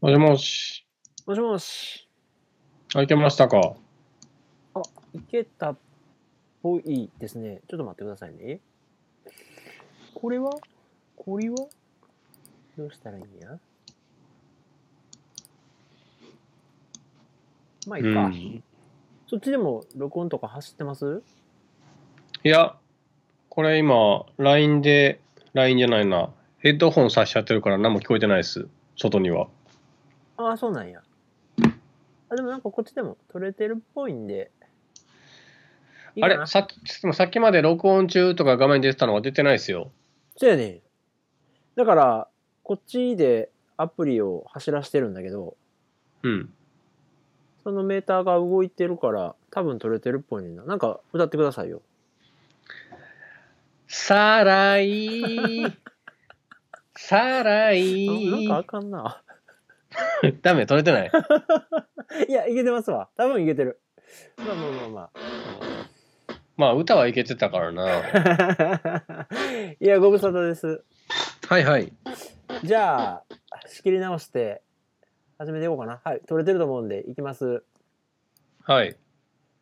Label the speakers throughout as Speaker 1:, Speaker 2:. Speaker 1: もしもし、
Speaker 2: もしもし。
Speaker 1: あ、いけましたか
Speaker 2: いけたっぽいですね。ちょっと待ってくださいね。これはこれはどうしたらいいんやまあいいか、
Speaker 1: うん
Speaker 2: そっちでも録音とか走ってます
Speaker 1: いや、これ今、LINE で、LINE じゃないな、ヘッドホンさしちゃってるから何も聞こえてないです、外には。
Speaker 2: ああ、そうなんや。あ、でもなんかこっちでも撮れてるっぽいんで。いい
Speaker 1: あ
Speaker 2: かな
Speaker 1: れさっき、でもさっきまで録音中とか画面に出てたのが出てないですよ。
Speaker 2: そうやねん。だから、こっちでアプリを走らしてるんだけど、
Speaker 1: うん。
Speaker 2: そのメーターが動いてるから、多分取れてるっぽいねんな。なんか歌ってくださいよ。
Speaker 1: さらい、さら
Speaker 2: あなんかあ
Speaker 1: い、
Speaker 2: かんな。
Speaker 1: ダメ、取れてない。
Speaker 2: いや、いけてますわ。多分いけてる。まあまあまあま
Speaker 1: まあ、歌はいけてたからな。
Speaker 2: あ。 いや、ご無沙汰です。
Speaker 1: はいはい。
Speaker 2: じゃあ、仕切り直して、始めていこうかな。はい、取れてると思うんで、いきます。
Speaker 1: はい。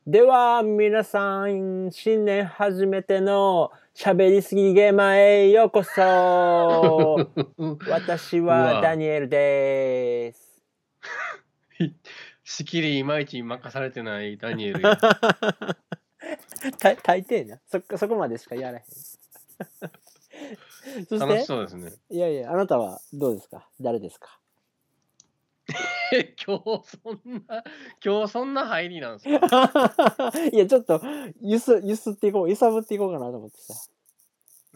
Speaker 2: では、皆さん、新年初めての喋りすぎゲーマーへようこ そ私はダニエルです。
Speaker 1: 仕切りいまいち任されてないダニエルや。
Speaker 2: た大抵な。そっか、そこまでしかやらへん。 そ
Speaker 1: 楽し
Speaker 2: して、
Speaker 1: そうですね。
Speaker 2: いやいや、あなたはどうですか誰ですか
Speaker 1: え 今日そんな今日そんな入りなんですか
Speaker 2: いや、ちょっと、ゆす、ゆすっていこう、揺さぶっていこうかなと思ってさ。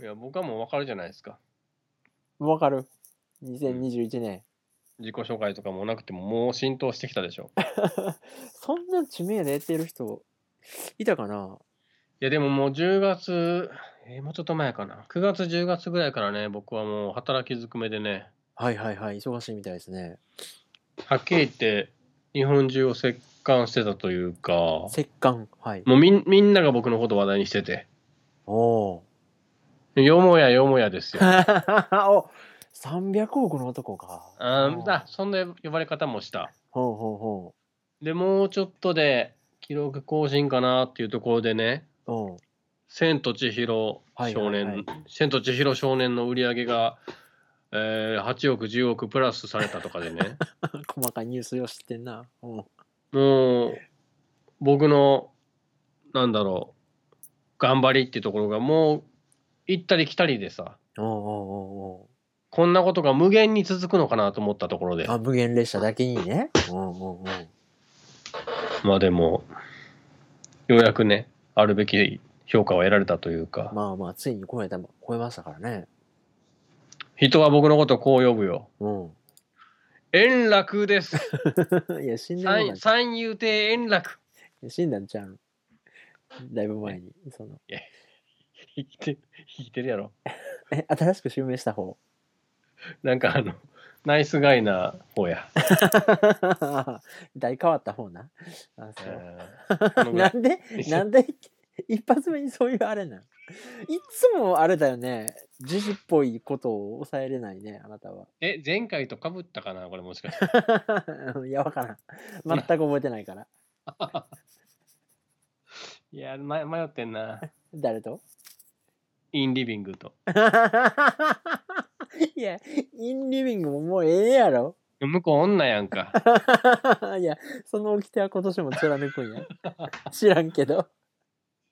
Speaker 1: いや僕はもう分かるじゃないですか
Speaker 2: わかる ?2021 年。
Speaker 1: 自己紹介とかもなくてももう浸透してきたでしょ
Speaker 2: そんな知名度得てる人、いたかない
Speaker 1: やでももう10月えーもうちょっと前かな9月10月ぐらいからね僕はもう働きづくめでね
Speaker 2: はいはいはい、忙しいみたいですね。
Speaker 1: はっきり言って日本中を折檻してたというかも
Speaker 2: 折檻。はい。
Speaker 1: うみんみんなが僕のこと話題にしてて
Speaker 2: おお。
Speaker 1: よもやよもやですよ
Speaker 2: お300億の男か。
Speaker 1: あ
Speaker 2: おう
Speaker 1: ーあそんな呼ばれ方もした
Speaker 2: ほうほうほ
Speaker 1: でもうちょっとで記録更新かなっていうところでね
Speaker 2: う。うん。
Speaker 1: 千と千尋少
Speaker 2: はい
Speaker 1: 年、
Speaker 2: はいはい
Speaker 1: 千と千尋少年の売り上げが、えー8億10億プラスされたとかで ね
Speaker 2: 細かいニュースよ知ってんな。うん。
Speaker 1: もう僕のなんだろう頑張りっていうところがもう行ったり来たりでさ
Speaker 2: おうおうおうお
Speaker 1: こんなことが無限に続くのかなと思ったところで
Speaker 2: う。あ、無限列車だけにね。うんうんうん。
Speaker 1: まあでもようやくねあるべき評価を得られたというか
Speaker 2: まあまあ、ついに超えた、超えましたからね。
Speaker 1: 人は僕のことをこう呼ぶよ
Speaker 2: うん。
Speaker 1: 円楽です
Speaker 2: いや、死んだ
Speaker 1: 三
Speaker 2: んちゃ
Speaker 1: 三遊亭円楽
Speaker 2: う。死んだんちゃう。だいぶ前に。その、
Speaker 1: 生きて生きてるやろ
Speaker 2: え、新しく襲名した方。
Speaker 1: なんかあのナイスガイな方や、
Speaker 2: 大変わった方な。あ、そ
Speaker 1: こ
Speaker 2: う。
Speaker 1: のぐら
Speaker 2: ないんで
Speaker 1: 一緒
Speaker 2: なんで一発目にそういうあれなんいつもあれだよね時事っぽいことを抑えれないねあなたは
Speaker 1: え前回とかぶったかなこれもしかして
Speaker 2: いやわからん全く覚えてないから
Speaker 1: いやま迷ってん な
Speaker 2: 誰と
Speaker 1: インリビングと
Speaker 2: いやインリビングももうええやろ
Speaker 1: 向こう女やんか
Speaker 2: いやその掟は今年も貫くんや知らんけど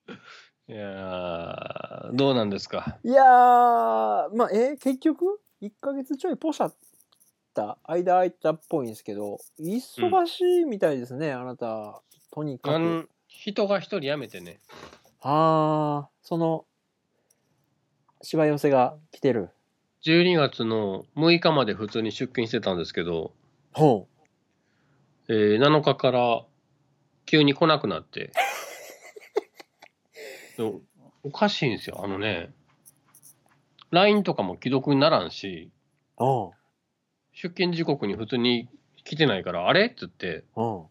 Speaker 1: いやーどうなんですか
Speaker 2: いやーまあえー結局1ヶ月ちょいポシャった間空いたっぽいんですけど忙しいみたいですね、あなたとにか
Speaker 1: あ
Speaker 2: く
Speaker 1: ん人が一人辞めてね
Speaker 2: ああその芝居寄せが来てる
Speaker 1: 12月の6日まで普通に出勤してたんですけど、
Speaker 2: ほ
Speaker 1: えー7日から急に来なくなって でもおかしいんですよあのね LINE とかも既読にならんし
Speaker 2: うお
Speaker 1: 出勤時刻に普通に来てないから、あれって言って、
Speaker 2: うお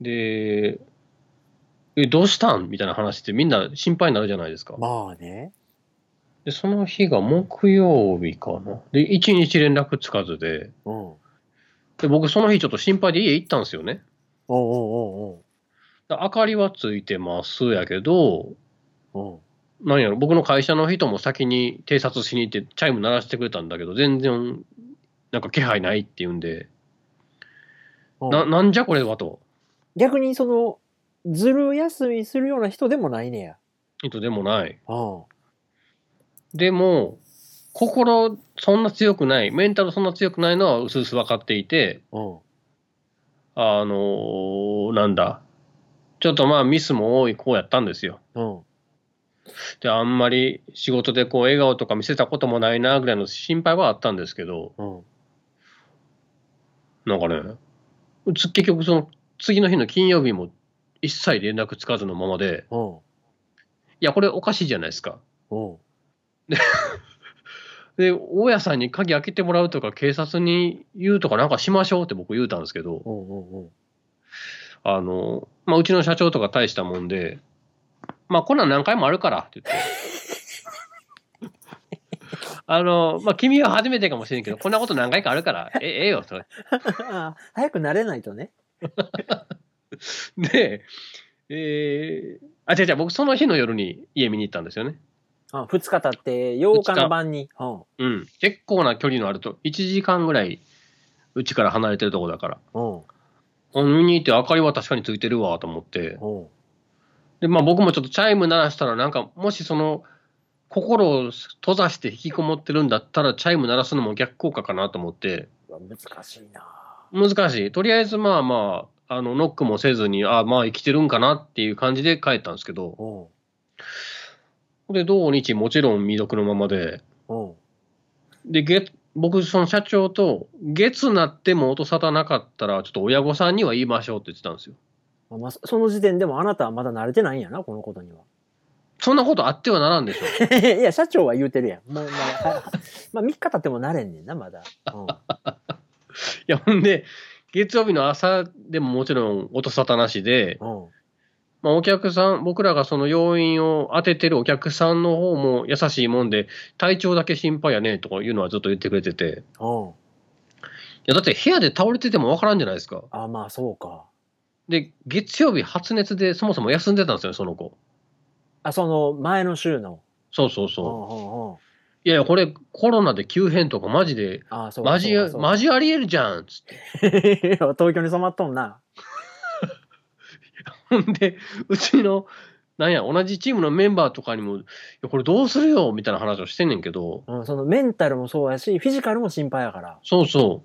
Speaker 1: で、え、どうしたんみたいな話ってみんな心配になるじゃないですか
Speaker 2: う。まあね
Speaker 1: で、その日が木曜日かな。で、一日連絡つかずで、
Speaker 2: うん
Speaker 1: で、僕その日ちょっと心配で家行ったんですよね。
Speaker 2: おう
Speaker 1: だ明かりはついてますやけど、
Speaker 2: おうおうおう
Speaker 1: なんやろ、僕の会社の人も先に偵察しに行って、チャイム鳴らしてくれたんだけど、全然、なんか気配ないって言うんで、
Speaker 2: おう
Speaker 1: ななんじゃこれはと、
Speaker 2: 逆にそのずる休みするような人でもないねや。
Speaker 1: 意図でもない。
Speaker 2: うん。
Speaker 1: でも、心そんな強くない、メンタルそんな強くないのはうすうす分かっていて、
Speaker 2: うん。
Speaker 1: あのーなんだ、ちょっとまあミスも多い子やったんですよ。
Speaker 2: うん。
Speaker 1: で、あんまり仕事でこう笑顔とか見せたこともないなぐらいの心配はあったんですけど、
Speaker 2: うん。
Speaker 1: なんかね、つ結局その次の日の金曜日も一切連絡つかずのままで、
Speaker 2: うん。
Speaker 1: いや、これおかしいじゃないですか。
Speaker 2: うん。
Speaker 1: で、大家さんに鍵開けてもらうとか、警察に言うとかなんかしましょうって僕言うたんですけど、
Speaker 2: うん。うん。
Speaker 1: あの、まあ、うちの社長とか大したもんで、まあ、こんなん何回もあるからって言って。あの、まあ、君は初めてかもしれんけど、こんなこと何回かあるから、えええよ、とか
Speaker 2: あ 早くなれないとね。
Speaker 1: で、えー、あ、違う違う、僕その日の夜に家見に行ったんですよね。
Speaker 2: うん。二日経って、8日の晩に。うん。
Speaker 1: うん。結構な距離のあると、1時間ぐらい、うちから離れてるとこだから。
Speaker 2: うん。
Speaker 1: あ見に行って、明かりは確かについてるわ、と思って。
Speaker 2: うん。
Speaker 1: で、まあ僕もちょっとチャイム鳴らしたら、なんか、もしその、心を閉ざして引きこもってるんだったら、チャイム鳴らすのも逆効果かなと思って、
Speaker 2: うわ難しいな
Speaker 1: 難しい。とりあえず、まあまあ、あの、ノックもせずに、あまあ生きてるんかなっていう感じで帰ったんですけど、
Speaker 2: うん。
Speaker 1: で、土日もちろん未読のままで、
Speaker 2: うん。
Speaker 1: で、月、僕、その社長と、月なっても音沙汰なかったら、ちょっと親御さんには言いましょうって言ってたんですよ。
Speaker 2: まあ、そその時点でもあなたはまだ慣れてないんやな、このことには。
Speaker 1: そんなことあってはならんでしょ。
Speaker 2: いや、社長は言うてるやん。もう、まあ、 はまあ、3日経っても慣れんねんな、まだ。うん。
Speaker 1: いや、ほんで、月曜日の朝でももちろん音沙汰なしで、
Speaker 2: うん。
Speaker 1: まあ、お客さん、僕らがその要員を当ててるお客さんの方も優しいもんで、体調だけ心配やねとかいうのはずっと言ってくれてて、
Speaker 2: うん。
Speaker 1: いや、だって部屋で倒れててもわからんじゃないですか。
Speaker 2: あ、まあ、そうか。
Speaker 1: で、月曜日発熱でそもそも休んでたんですよね、その子。
Speaker 2: あ、その、前の週の。
Speaker 1: そうそう
Speaker 2: うん。う
Speaker 1: そう。
Speaker 2: ん。うん。
Speaker 1: いやいや、これコロナで急変とかマジで
Speaker 2: あ、そうか。
Speaker 1: マジ
Speaker 2: そうかそうか
Speaker 1: マジありえるじゃんっつって。
Speaker 2: 東京に染まっとんな。
Speaker 1: ほんで、うちの、なんや、同じチームのメンバーとかにも、いやこれどうするよみたいな話をしてんねんけど、
Speaker 2: うん、そのメンタルもそうやし、フィジカルも心配やから。
Speaker 1: そうそ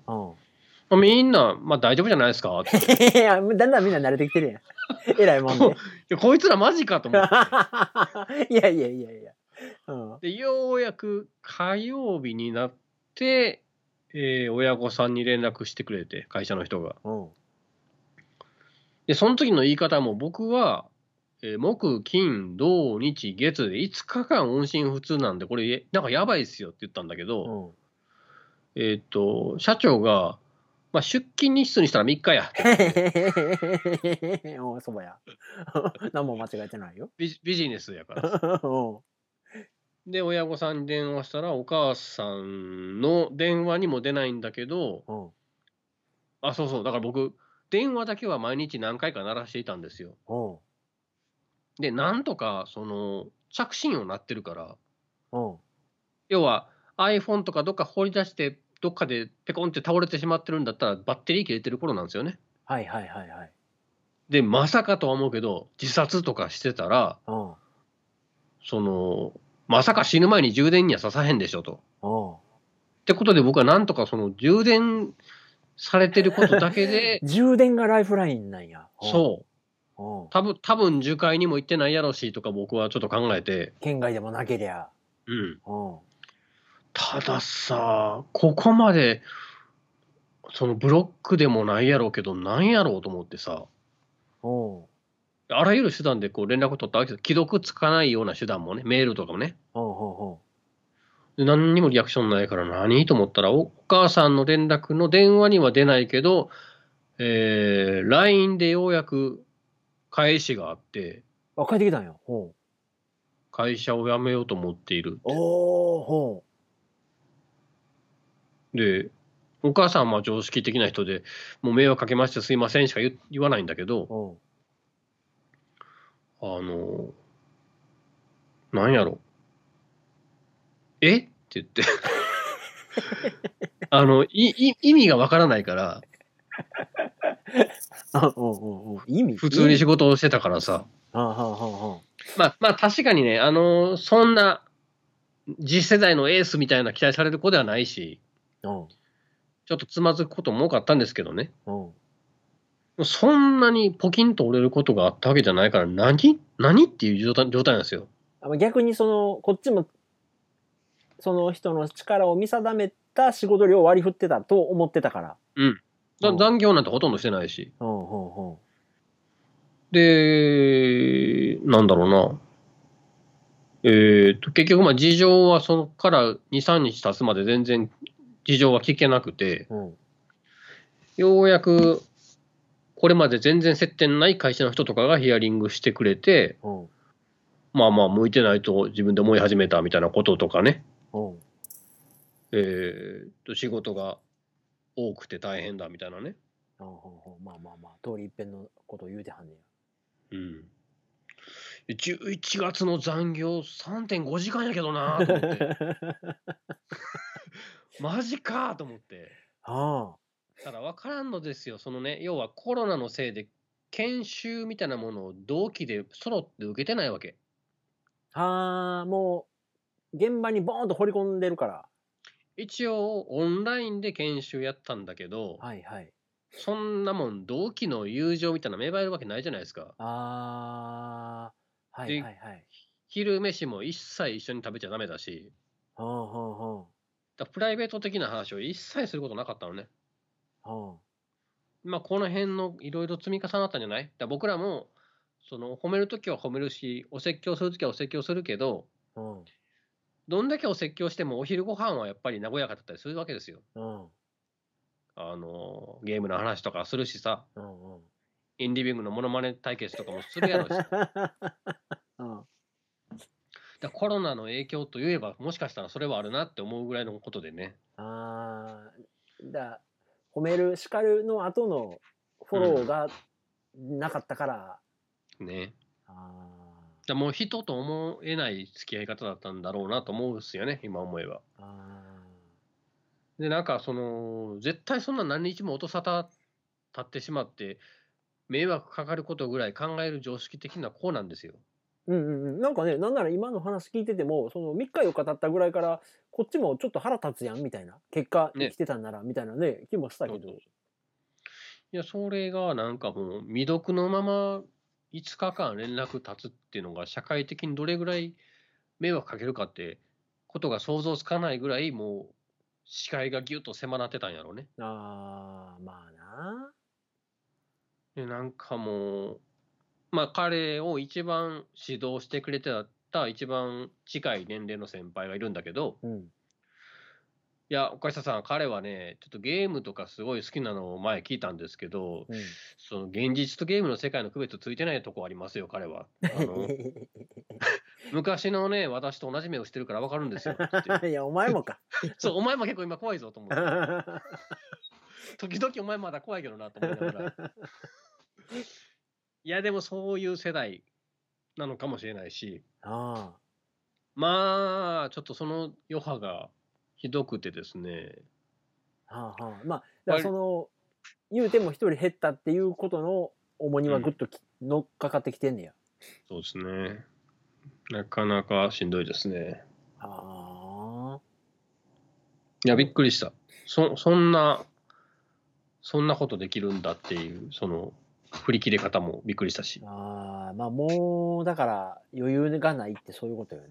Speaker 2: うん。
Speaker 1: う、みんな、まあ大丈夫じゃないですか って
Speaker 2: いや、だんだんみんな 慣れてきてるやん。えらいもんで。
Speaker 1: でこいつらマジかと思っ
Speaker 2: いやいやいやいや。うん。
Speaker 1: て、ようやく火曜日になって、えー親御さんに連絡してくれて、会社の人が。
Speaker 2: うん。
Speaker 1: で、その時の言い方も、僕は、えー木、金、土、日、月で5日間音信不通なんで、これ、えなんかやばいっすよって言ったんだけど、
Speaker 2: うん。
Speaker 1: えーっと、社長が、まあ、出勤日数にしたら3日や。
Speaker 2: おそばや。 何も間違えてないよ。
Speaker 1: ビジビジネスやか
Speaker 2: う
Speaker 1: ら。
Speaker 2: ん。
Speaker 1: で、親御さんに電話したら、お母さんの電話にも出ないんだけど、
Speaker 2: うん。
Speaker 1: あ、そうそう、だから僕、電話だけは毎日何回か鳴らしていたんですよ。
Speaker 2: うん。
Speaker 1: で、なんとか、その、着信音鳴ってるから、
Speaker 2: うん。
Speaker 1: 要は iPhone とかどっか放り出して、どっかでペコンって倒れてしまってるんだったら、バッテリー切れてる頃なんですよね。
Speaker 2: はいはいはいはい。
Speaker 1: で、まさかとは思うけど、自殺とかしてたら、
Speaker 2: うん。
Speaker 1: その、まさか死ぬ前に充電にはささへんでしょと。
Speaker 2: うん。
Speaker 1: ってことで僕はなんとかその充電されてることだけで、
Speaker 2: 充電がライフラインなんや。
Speaker 1: そう、
Speaker 2: うん。うん。
Speaker 1: 多分多分樹海にも行ってないやろしとか僕はちょっと考えて、
Speaker 2: 県外でもなけりゃ。
Speaker 1: うん。
Speaker 2: うん。
Speaker 1: たださ、ここまで、そのブロックでもないやろうけど、なんやろうと思ってさ、
Speaker 2: うん。
Speaker 1: あらゆる手段でこう連絡取ったわけです既読つかないような手段もね、メールとかもね。
Speaker 2: うん。うん。
Speaker 1: で何にもリアクションないから何と思ったら、おお母さんの連絡の電話には出ないけど、えー、LINE でようやく返しがあって、
Speaker 2: あ、帰ってきたんや。うん。
Speaker 1: 会社を辞めようと思っている。
Speaker 2: おー、ほ
Speaker 1: で、お母さんは常識的な人で、もう迷惑かけましてすいませんしか言言わないんだけど、
Speaker 2: うん。
Speaker 1: あの、なんやろ。えって言って。あの、いい意味がわからないから、
Speaker 2: うんうんうん。意味
Speaker 1: 普通に
Speaker 2: し
Speaker 1: 仕事をしてたからさ。
Speaker 2: はあはあはあはあ。
Speaker 1: まあ、まあ確かにね、あの、そんな、次世代のエースみたいな期待される子ではないし、
Speaker 2: うん
Speaker 1: ちょっとつまずくことも多かったんですけどね。
Speaker 2: うん。
Speaker 1: そんなにポキンと折れることがあったわけじゃないから、何何っていう状態状態なんですよ。
Speaker 2: あまあ逆にその、こっちも、その人の力を見定めた仕事量を割り振ってたと思ってたから。う
Speaker 1: だ
Speaker 2: ん
Speaker 1: 残業なんてほとんどしてないし。
Speaker 2: うんうんうん。
Speaker 1: で、なんだろうな。えー、と結局、まあ事情はそこから2、3日経つまで全然事情は聞けなくて、
Speaker 2: うん。
Speaker 1: ようやくこれまで全然接点ない会社の人とかがヒアリングしてくれて、
Speaker 2: うん。
Speaker 1: まあまあ向いてないと自分で思い始めたみたいなこととかね、
Speaker 2: うん。
Speaker 1: えー、と仕事が多くて大変だみたいなね。
Speaker 2: うんうんうんまあまあまあ、通り一遍のことを言うてはんねや。
Speaker 1: うん。11月の残業3.5時間やけどなと思って。マジかと思って。
Speaker 2: ああ。
Speaker 1: ただ分からんのですよ、そのね、要はコロナのせいで、研修みたいなものを同期で揃って受けてないわけ。
Speaker 2: ああ、もう、現場にボーンと掘り込んでるから。
Speaker 1: 一応、オンラインで研修やったんだけど、
Speaker 2: はいはい。
Speaker 1: そんなもん、同期の友情みたいな芽生えるわけないじゃないですか。
Speaker 2: ああ、はい
Speaker 1: で
Speaker 2: はいはい。
Speaker 1: 昼飯も一切一緒に食べちゃダメだし、
Speaker 2: うんうんうん
Speaker 1: だからプライベート的な話を一切することなかったのね。
Speaker 2: うん。
Speaker 1: まあ、この辺のいろいろ積み重なったんじゃないだから僕らも、その褒めるときは褒めるし、お説教するときはお説教するけど、
Speaker 2: うん
Speaker 1: どんだけお説教してもお昼ご飯はやっぱり和やかだったりするわけですよ。
Speaker 2: うん
Speaker 1: あのゲームの話とかするしさ、
Speaker 2: うんうん。
Speaker 1: インディビングのモノマネ対決とかもするやろうし、だか
Speaker 2: うん
Speaker 1: らコロナの影響といえば、もしかしたらそれはあるなって思うぐらいのことでね。
Speaker 2: ああ、だ褒める叱るの後のフォローがなかったから、
Speaker 1: ね。
Speaker 2: あー
Speaker 1: だからもう人と思えない付き合い方だったんだろうなと思うんですよね、今思えば。
Speaker 2: あ
Speaker 1: で、なんかその、絶対そんな何日も音沙汰立ってしまって、迷惑かかることぐらい考える常識的な子なんですよ。
Speaker 2: ー、うんうんうん、なんかねなんなら今の話聞いててもその3日4日経ったぐらいからこっちもちょっと腹立つやんみたいな結果
Speaker 1: ね
Speaker 2: 生きてたんならみたいなね気もしたけ
Speaker 1: そう
Speaker 2: ど
Speaker 1: そうそういや、それがなんかもう、未読のまま5日間連絡立つっていうのが、社会的にどれぐらい迷惑かけるかってことが想像つかないぐらい、もう、視界がぎゅっと迫らってたんやろうね。
Speaker 2: ああまあな
Speaker 1: で、なんかもう、まあ、彼を一番指導してくれてた、一番近い年齢の先輩がいるんだけど、
Speaker 2: うん
Speaker 1: いや、岡下さん、彼はね、ちょっとゲームとかすごい好きなのを前聞いたんですけど、
Speaker 2: うん
Speaker 1: その現実とゲームの世界の区別ついてないとこありますよ、彼は。あ の昔のね、私と同じ目をしてるから分かるんですよ。って
Speaker 2: いやお前もか
Speaker 1: そう、お前も結構今怖いぞと 思 う。
Speaker 2: う
Speaker 1: 時々お前まだ怖いけどなと思いながら。いや、でもそういう世代なのかもしれないし、
Speaker 2: あ
Speaker 1: まあ、ちょっとその余波がひどくてですね。
Speaker 2: あはあはあまあだからその言うても一人減ったっていうことの重荷はぐっとき、乗っかかってきてんねや。
Speaker 1: そうですね。なかなかしんどいですね。
Speaker 2: ああ。
Speaker 1: いや、びっくりした。そ、そんな、そんなことできるんだっていう、その、振り切れ方もびっくりしたし。
Speaker 2: ああ、まあもう、だから余裕がないってそういうことよね。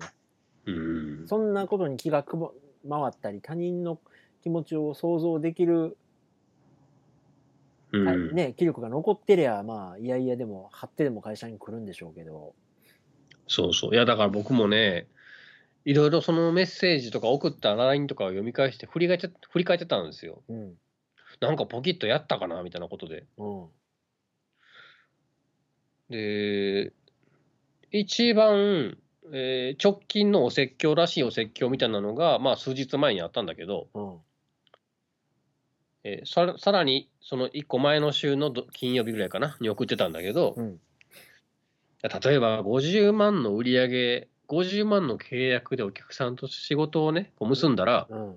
Speaker 1: うん。
Speaker 2: そんなことに気がくぼ回ったり、他人の気持ちを想像できる、
Speaker 1: う
Speaker 2: はい
Speaker 1: ん
Speaker 2: ね、気力が残ってりゃ、まあ、いやいやでも、張ってでも会社に来るんでしょうけど。
Speaker 1: そうそう。いや、だから僕もね、いろいろそのメッセージとか送った LINE とかを読み返して振り返っちゃ、振り返ってたんですよ。
Speaker 2: うん。
Speaker 1: なんかポキッとやったかなみたいなことで。
Speaker 2: うん。
Speaker 1: で、一番、えー直近のお説教らしいお説教みたいなのが、まあ数日前にあったんだけど、
Speaker 2: うん。
Speaker 1: えーささらにその1個前の週のど金曜日ぐらいかなに送ってたんだけど、
Speaker 2: うん
Speaker 1: 例えば50万の売り上げ50万の契約でお客さんと仕事をねこう結んだら
Speaker 2: うん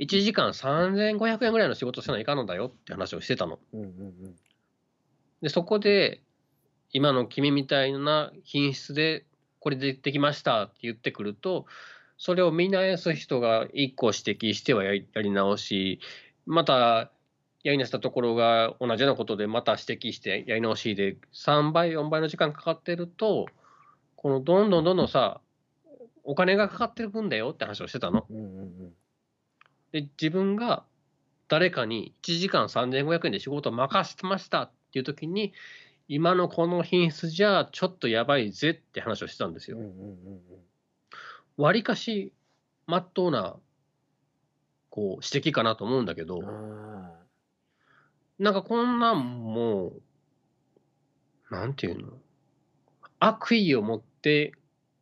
Speaker 1: 1時間3500円ぐらいの仕事せないかんのだよって話をしてたの。
Speaker 2: うんうん
Speaker 1: でそこで今の君みたいな品質でこれでできましたって言ってくるとそれを見直す人が1個指摘してはやりやり直しまたやり直したところが同じようなことでまた指摘してやり直しで3倍4倍の時間かかってるとこのどんどんどんどんさお金がかかってくんだよって話をしてたの。
Speaker 2: うんうんうん
Speaker 1: で自分が誰かに1時間3500円で仕事を任せてましたっていう時に今のこの品質じゃちょっとやばいぜって話をしてたんです
Speaker 2: うんうんう
Speaker 1: よ。
Speaker 2: ん
Speaker 1: わりかし真っ当なこう指摘かなと思うんだけど
Speaker 2: うんああ
Speaker 1: なんかこんなんもうなんていうの悪意を持って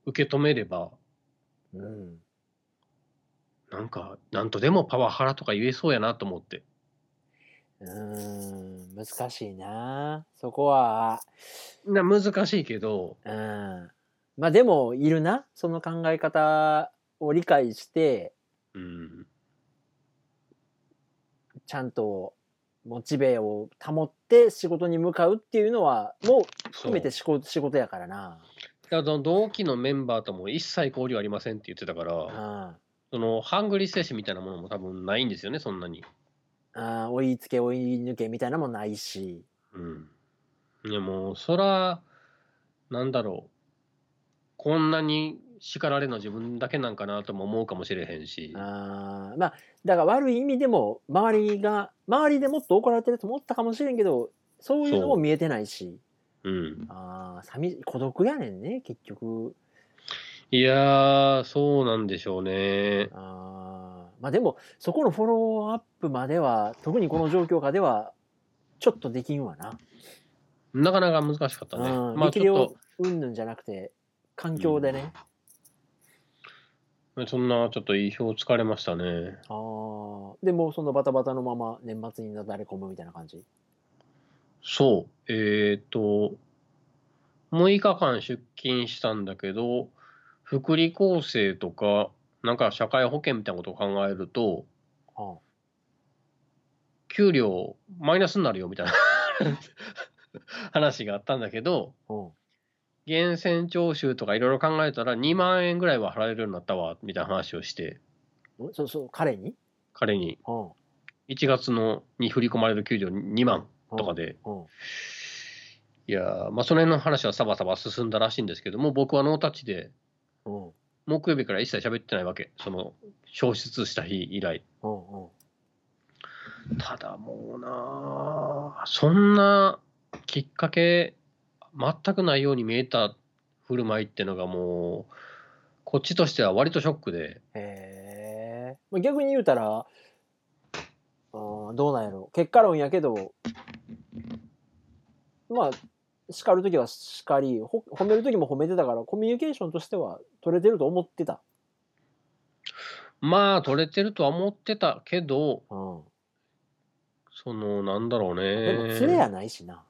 Speaker 1: 受け止めれば
Speaker 2: うん
Speaker 1: なんかなんとでもパワハラとか言えそうやなと思って。
Speaker 2: うん難しいなそこは
Speaker 1: な難しいけど
Speaker 2: うんまあでもいるなその考え方を理解して
Speaker 1: うん
Speaker 2: ちゃんとモチベを保って仕事に向かうっていうのはもう
Speaker 1: そう
Speaker 2: 含めて仕事仕事やからな。
Speaker 1: だから同期のメンバーとも一切交流ありませんって言ってたか
Speaker 2: うん、
Speaker 1: ら、
Speaker 2: あ
Speaker 1: そのハングリー精神みたいなものも多分ないんですよね、そんなに。
Speaker 2: あ追いつけ追い抜けみたいなのもないし。
Speaker 1: うん。いやもう、そら、なんだろう、こんなに叱られるの自分だけなんかなとも思うかもしれへんし、
Speaker 2: あーまあだから悪い意味でも周りが周りでもっと怒られてると思ったかもしれんけどそういうのも見えてないし
Speaker 1: うん。
Speaker 2: あー寂し孤独やねんね結局
Speaker 1: いやー、そうなんでしょうね。
Speaker 2: あーまあでもそこのフォローアップまでは特にこの状況下ではちょっとできんわな。
Speaker 1: なかなか難しかったね。
Speaker 2: うん
Speaker 1: まあ
Speaker 2: 力
Speaker 1: ちょっ
Speaker 2: 量うんぬんじゃなくて環境でね、
Speaker 1: と、そんなちょっと意表をつかれましたね。
Speaker 2: ああでもうそのバタバタのまま年末になだれ込むみたいな感じ
Speaker 1: そう、えっ、と、6日間出勤したんだけど、福利厚生とか、なんか社会保険みたいなことを考えると、
Speaker 2: は
Speaker 1: 給料マイナスになるよみたいな 話があったんだけど、
Speaker 2: あうん
Speaker 1: 源泉徴収とかいろいろ考えたら2万円ぐらいは払えるようになったわ、みたいな話をして、
Speaker 2: うんそうそう彼に
Speaker 1: 彼に
Speaker 2: うん
Speaker 1: 1月のに振り込まれる給料2万とかで、
Speaker 2: うん
Speaker 1: いやーまあその辺の話はサバサバ進んだらしいんですけども、僕はノータッチで
Speaker 2: うんうん
Speaker 1: 木曜日から一切喋ってないわけ、その消失した日以来。
Speaker 2: うん
Speaker 1: ただもうなあ、そんなきっかけ、全くないように見えた振る舞いってのがもう、こっちとしては割とショックで、
Speaker 2: へえ、まあ、逆に言うたらうんどうなんやろ結果論やけどまあ叱る時は叱りほ褒める時も褒めてたからコミュニケーションとしては取れてると思ってた、
Speaker 1: まあ、取れてるとは思ってたけど、
Speaker 2: うん、
Speaker 1: その、なんだろう
Speaker 2: でも
Speaker 1: ね。
Speaker 2: 連れやないしな、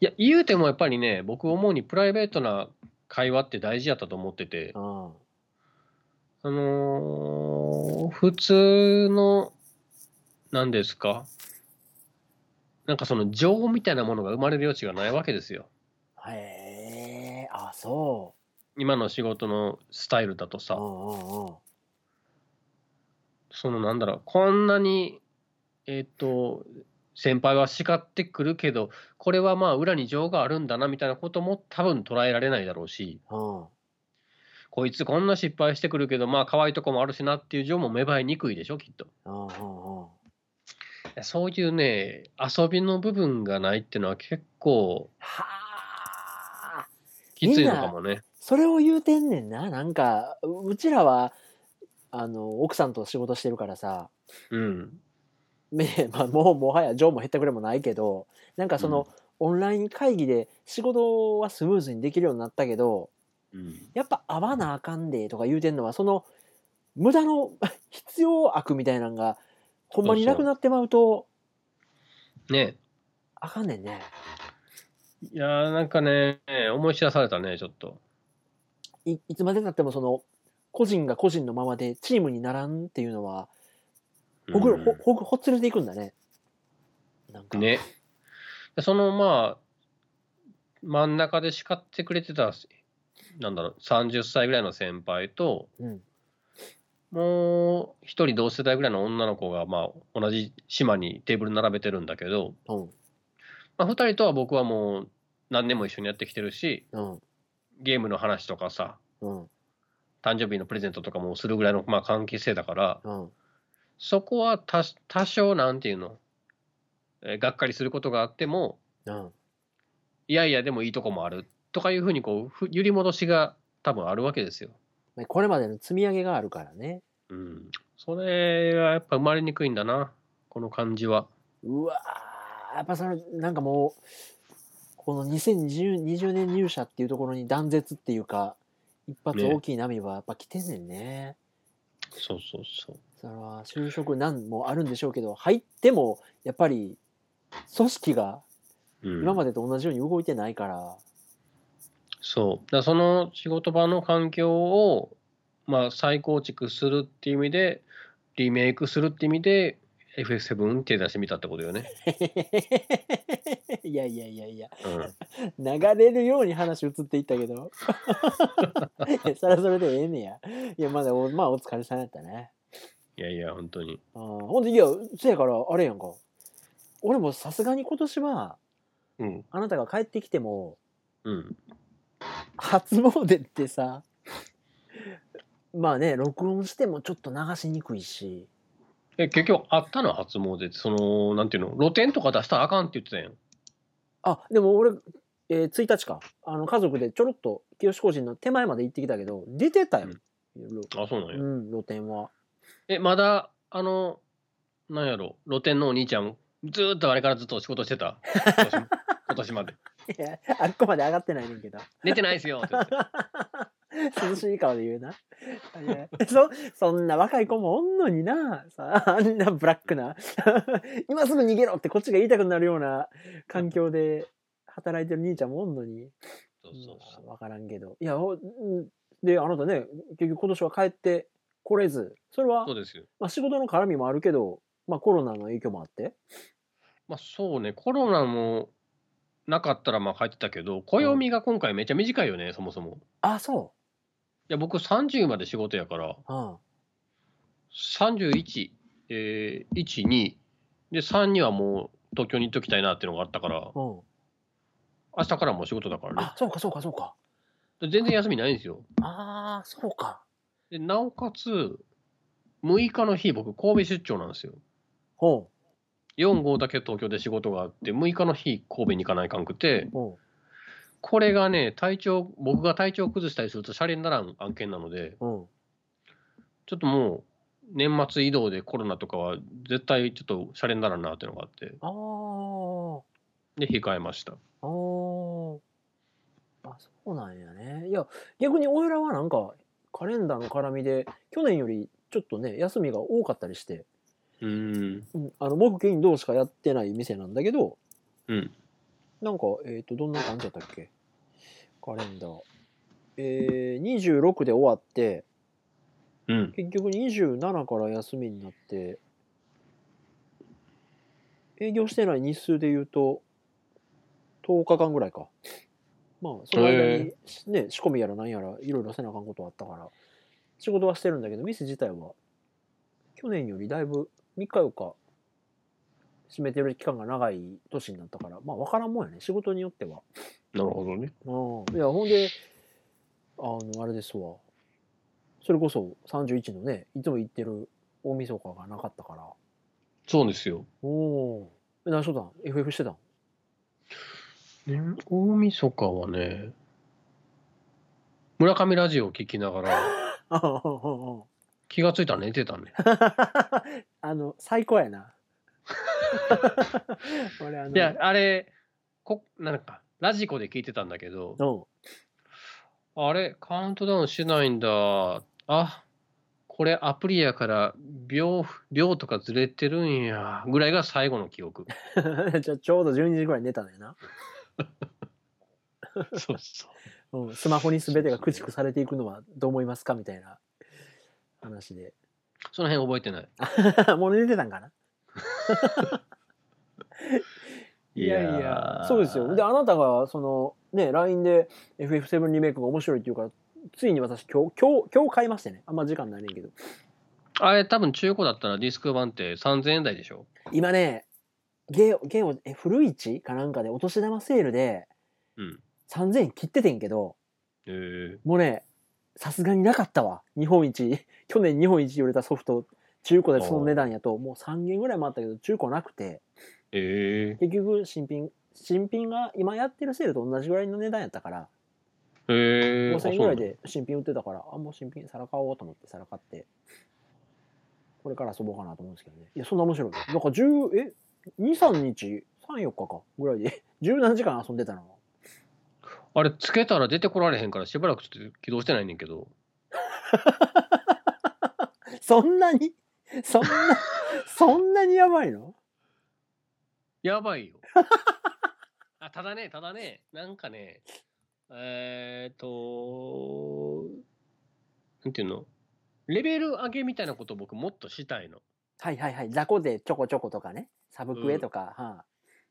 Speaker 1: いや、言うてもやっぱりね、僕思うにプライベートな会話って大事やったと思ってて、
Speaker 2: うん
Speaker 1: あのー普通の、何ですかなんかその情みたいなものが生まれる余地がないわけですよ。
Speaker 2: へえ、あ、そ
Speaker 1: 今の仕事のスタイルだと
Speaker 2: う。
Speaker 1: さ
Speaker 2: う、んうんうん。
Speaker 1: そのなんだろう、こんなに、えっと、先輩は叱ってくるけど、これはまあ裏に情があるんだなみたいなことも多分捉えられないだろうし、
Speaker 2: うん。
Speaker 1: こいつこんな失敗してくるけど、まあ可愛いとこもあるしなっていう情も芽生えにくいでしょ、きっと。
Speaker 2: うんうんうん。
Speaker 1: そういうね、遊びの部分がないってのは結構
Speaker 2: はあ。
Speaker 1: きついのかもね。
Speaker 2: それを言うてんねんな。なんか、ううちらは、あの、奥さんと仕事してるからさ、
Speaker 1: うん。
Speaker 2: ね、 まあ、もう、もはや、情も減ったくれもないけど、なんかその、オンライン会議で仕事はスムーズにできるようになったけど、
Speaker 1: うん。
Speaker 2: やっぱ会わな あかんでとか言うてんのは、その、無駄の必要悪みたいなのがほんまになくなってまうと、
Speaker 1: ね
Speaker 2: あかんねんね。
Speaker 1: いやーなんかね、思い知らされたね、ちょっと。
Speaker 2: いいつまでたってもその、個人が個人のままでチームにならんっていうのは、ほぐ、
Speaker 1: うん
Speaker 2: ほほぐほつれていくんだね。なんか。
Speaker 1: ね。そのまあ、真ん中で叱ってくれてた、なんだろう、30歳ぐらいの先輩と、
Speaker 2: うん。
Speaker 1: もう一人同世代ぐらいの女の子が、まあ、同じ島にテーブル並べてるんだけど、
Speaker 2: うん。
Speaker 1: まあ、二人とは僕はもう何年も一緒にやってきてるし、
Speaker 2: うん。
Speaker 1: ゲームの話とかさ、
Speaker 2: うん。
Speaker 1: 誕生日のプレゼントとかもするぐらいの、まあ、関係性だから、
Speaker 2: うん。
Speaker 1: そこは多多少なんていうの、えーがっかりすることがあっても、
Speaker 2: うん。
Speaker 1: いやいや、でもいいとこもあるとかいうふうにこうふ、揺り戻しが多分あるわけですよ。
Speaker 2: ねこれまでの積み上げがあるからね。
Speaker 1: うん。それはやっぱ生まれにくいんだな、この感じは。
Speaker 2: うわーやっぱその、なんかもう、この2020 20年入社っていうところに断絶っていうか、一発
Speaker 1: ね
Speaker 2: 大きい波はやっぱ来てんねんね
Speaker 1: そうそうそう。
Speaker 2: それは就職難もあるんでしょうけど入ってもやっぱり組織が
Speaker 1: うん、
Speaker 2: 今までと同じように動いてないから、
Speaker 1: そう。だからその仕事場の環境を、まあ、再構築するっていう意味で、リメイクするっていう意味で、FF7 手出してみたってことよね。
Speaker 2: いやいやいやいや
Speaker 1: うん。
Speaker 2: 流れるように話移っていったけど いやそれはそれでええねやいやまだお,、まあ、お疲れさんやったね
Speaker 1: いやいや、本当に。
Speaker 2: うんほんでいやそやからあれやんか俺もさすがに今年は
Speaker 1: うん。
Speaker 2: あなたが帰ってきても
Speaker 1: うん。
Speaker 2: 初詣ってさまあね録音してもちょっと流しにくいし
Speaker 1: え、結局、あったの初詣って、その、なんていうの、露店とか出したらあかんって言ってたやん。
Speaker 2: あでも俺、えー1日かあの家族でちょろっと清志工人の手前まで行ってきたけど出てたよ、ろ
Speaker 1: あ、そうなん
Speaker 2: う
Speaker 1: や。
Speaker 2: ん、露店は
Speaker 1: え、まだ、あの、なんやろ、露店のお兄ちゃん、ずーっとあれからずっと仕事してた。今 年今年まで。
Speaker 2: いやあっこまで上がってないねんけど
Speaker 1: 寝てないですよって言って
Speaker 2: 涼しい顔で言うないや そそんな若い子もおんのになさあんなブラックな 今すぐ逃げろってこっちが言いたくなるような環境で働いてる兄ちゃんもおんのに
Speaker 1: そうそうそう。
Speaker 2: 分からんけどいやほんであなたね結局今年は帰ってこれずそれは
Speaker 1: そうですよ。
Speaker 2: まあ、仕事の絡みもあるけど、まあ、コロナの影響もあって。
Speaker 1: まあそうね、コロナもなかったらまあ入ってたけど、暦が今回めっちゃ短いよね、そもそも。
Speaker 2: あ、そ
Speaker 1: いや、僕30まで仕事やから、
Speaker 2: う。うん。
Speaker 1: 31、えー、1、2、で、3にはもう東京に行っときたいなっていうのがあったから、
Speaker 2: うん。
Speaker 1: 明日からもう仕事だからね
Speaker 2: あ、そうか、そうか、そうか。。
Speaker 1: で全然休みないんですよ。
Speaker 2: ああ、そうか。
Speaker 1: で、なおかつ、6日の日、僕、神戸出張なんですよ。
Speaker 2: ほ
Speaker 1: 4号だけ東京で仕事があって、6日の日、神戸に行かないかんくて
Speaker 2: う。、ほ
Speaker 1: これがね、体調、僕が体調崩したりすると、シャレにならん案件なので、
Speaker 2: う。うん。
Speaker 1: ちょっともう、年末移動でコロナとかは、絶対ちょっとシャレにならんなっていうのがあって、
Speaker 2: あー
Speaker 1: で、控えました。
Speaker 2: あー。あ、そうなんやね。いや、逆に、おいらはなんか、カレンダーの絡みで、去年よりちょっとね、休みが多かったりして、
Speaker 1: うーん。
Speaker 2: うん、あの、木金どうしかやってない店なんだけど、
Speaker 1: うん。
Speaker 2: なんか、えっ、と、どんな感じだったっけカレンダー。えー、26で終わって、
Speaker 1: うん。
Speaker 2: 結局27から休みになって営業してない日数で言うと10日間ぐらいかまあその間に
Speaker 1: へ
Speaker 2: ね仕込みやらなんやらいろいろせなあかんことはあったから仕事はしてるんだけど店自体は去年よりだいぶ3日4日閉めてる期間が長い年になったからまあ分からんもんやね仕事によっては
Speaker 1: なるほどね。
Speaker 2: うんいやほんであのあれですわそれこそ31のねいつも行ってる大晦日がなかったから
Speaker 1: そうですよ。
Speaker 2: おおーえ何しとったん FF してたん
Speaker 1: ね、大晦日はね、村上ラジオを聞きながら、
Speaker 2: あああ
Speaker 1: 気がついたら寝てたね。
Speaker 2: ああの最高やな 俺あ の
Speaker 1: いや、あれ、こなんか、ラジコで聞いてたんだけど
Speaker 2: う、ん
Speaker 1: あれ、カウントダウンしないんだ。あ、これアプリやから秒、秒とかずれてるんや、ぐらいが最後の記憶。
Speaker 2: じゃあちょうど12時ぐらいに寝たのよな。
Speaker 1: そうそう。
Speaker 2: うん、スマホに全てが駆逐されていくのはどう思いますかみたいな話で。
Speaker 1: その辺覚えてない。
Speaker 2: もう寝てたんかなそうですよ。で、あなたが、その、ね、LINE で FF7 リメイクが面白いっていうから、ついに私今日、今日、今日買いましてね。あんま時間ないねんけど。
Speaker 1: あれ多分中古だったらディスク版って3000円台でしょ
Speaker 2: 今ね、ゲオ、ゲオ、え、古市かなんかでお年玉セールで
Speaker 1: うん。
Speaker 2: 3000円切っててんけど、
Speaker 1: えー、
Speaker 2: もうね、さすがになかったわ。日本一、 去年日本一売れたソフト、中古でその値段やと、もう3件ぐらいもあったけど、中古なくて、
Speaker 1: え
Speaker 2: 結局新品、新品が今やってるセールと同じぐらいの値段やったから、
Speaker 1: ー、えー。
Speaker 2: 5000円ぐらい
Speaker 1: あ。
Speaker 2: で新品売ってたから、あ、もう新品、皿買おうと思って皿買って、これから遊ぼうかなと思うんですけどね。いや、そんな面白い。なんか10、え、2、3日、3、4日か、ぐらいで、17時 間遊んでた
Speaker 1: そ
Speaker 2: の。
Speaker 1: うなんあれ、つけたら出てこられへんからしばらくちょっと起動してないねんけど。
Speaker 2: そんなにそん な、そんなにやばいの
Speaker 1: やば いよ。あただね、ただね、なんかね、えーっと、なんていうのレベル上げみたいなこと僕もっとしたいの。
Speaker 2: はいはいはい。雑魚でちょこちょことかね。サブクエとか。はあ、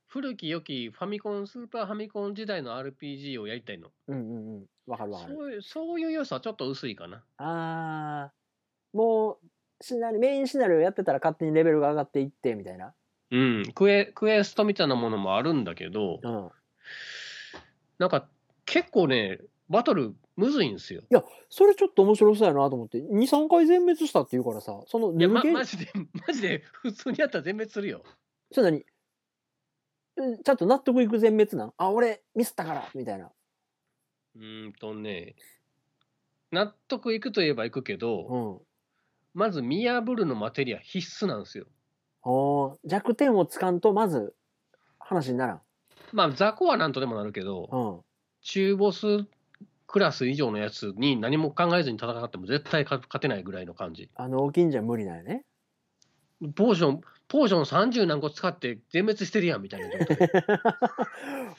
Speaker 1: 古き良きファミコン、スーパーファミコン時代の RPG をやりたいの。
Speaker 2: うんうんうん。わかるわかる。
Speaker 1: そういうそういう要素はちょっと薄いかな。
Speaker 2: あー。もう、シナリメインシナリオやってたら勝手にレベルが上がっていって、みたいな。
Speaker 1: うん、クエクエストみたいなものもあるんだけど、
Speaker 2: うん。
Speaker 1: なんか結構ね、バトルむずいんですよ。
Speaker 2: それちょっと面白そうやなと思って、2、3回全滅したって言うからさ、その
Speaker 1: いや、
Speaker 2: 眠
Speaker 1: ま、
Speaker 2: 気、
Speaker 1: マジで、マジで普通にやったら全滅するよ。
Speaker 2: それ何うんちゃんと納得いく全滅なんあ、俺ミスったからみたいな。
Speaker 1: うーんとね、納得いくといえばいくけど、
Speaker 2: うん。
Speaker 1: まず見破るのマテリア必須なんですよ。
Speaker 2: おー弱点をつかんと、まず話にならん。
Speaker 1: まあ、雑魚はなんとでもなるけど、
Speaker 2: うん。
Speaker 1: 中ボスクラス以上のやつに何も考えずに戦っても絶対勝勝てないぐらいの感じ。
Speaker 2: あの、大きいんじゃ無理だよね。
Speaker 1: ポーション、ポーション30何個使って全滅してるやんみたいな状 態。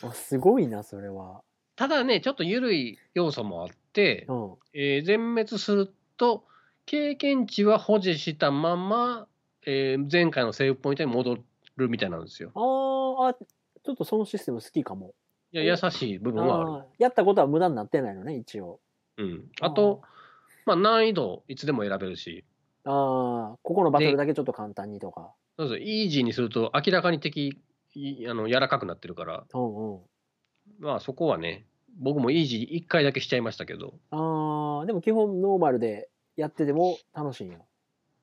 Speaker 2: あすごいな、それは。
Speaker 1: ただね、ちょっと緩い要素もあって
Speaker 2: う、ん。
Speaker 1: えー全滅すると、経験値は保持したまま、えー前回のセーブポイントに戻るみたいなんですよ。
Speaker 2: あーあ、ちょっとそのシステム好きかも。
Speaker 1: いや優しい部分はあ
Speaker 2: あーやったことは無駄になってないのね、一応。
Speaker 1: る。うん、あと、まあ、難易度いつでも選べるし、
Speaker 2: あー、あーここのバトルだけちょっと簡単にとか。
Speaker 1: そうそうイージーにすると明らかに敵いあの柔らかくなってるから、
Speaker 2: うんうん。
Speaker 1: まあ、そこはね、僕もイージー1回だけしちゃいましたけど、
Speaker 2: ああ、でも基本ノーマルでやってても楽しいんや。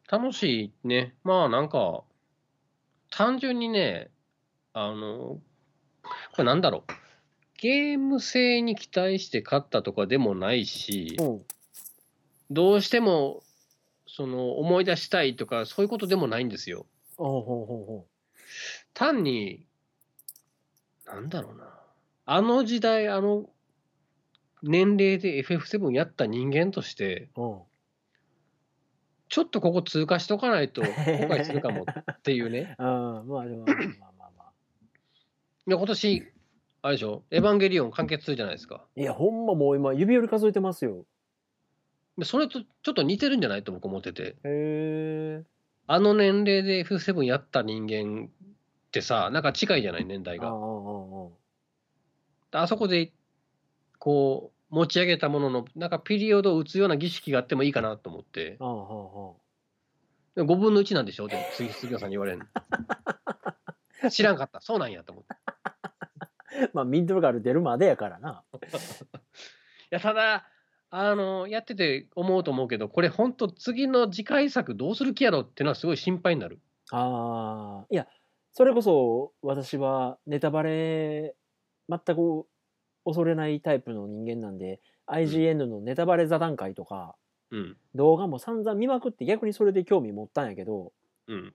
Speaker 1: 楽しいね。まあなんか、単純にね、あの、これなんだろう。ゲーム性に期待して勝ったとかでもないし
Speaker 2: う、ん。
Speaker 1: どうしても、その思い出したいとかそういうことでもないんですよ。
Speaker 2: ほうほうほうほ
Speaker 1: 単に、なんだろうな。あの時代、あの年齢で FF7 やった人間として、
Speaker 2: う。うん。
Speaker 1: ちょっとここ通過しとかないと後悔するかもっていうね。
Speaker 2: ああ、まあでも、まあまあまあまあ。
Speaker 1: いや今年、あれでしょ、エヴァンゲリオン完結するじゃないですか。
Speaker 2: いや、ほんまもう今指折り数えてますよ。
Speaker 1: でそれとちょっと似てるんじゃないと僕思ってて。
Speaker 2: へえ。
Speaker 1: あの年齢で F7 やった人間ってさ、なんか近いじゃない、年代
Speaker 2: ああ、ああ、あ
Speaker 1: が。あそこで、こう、持ち上げたものの、なんかピリオドを打つような儀式があってもいいかなと思って。
Speaker 2: あ、ああ、ああ。
Speaker 1: でも5分の1なんでしょって次、杉野さんに言われる知らんかった。そうなんやと思って。
Speaker 2: まあ、ミッドガル出るまでやからな。
Speaker 1: いや、ただ、あの、やってて思うと思うけど、これ本当次の次回作どうする気やろってのはすごい心配になる。
Speaker 2: ああ、いや、それこそ私はネタバレ全く恐れないタイプの人間なんで、IGN のネタバレ座談会とか、
Speaker 1: うん。
Speaker 2: 動画も散々見まくって逆にそれで興味持ったんやけど、
Speaker 1: うん。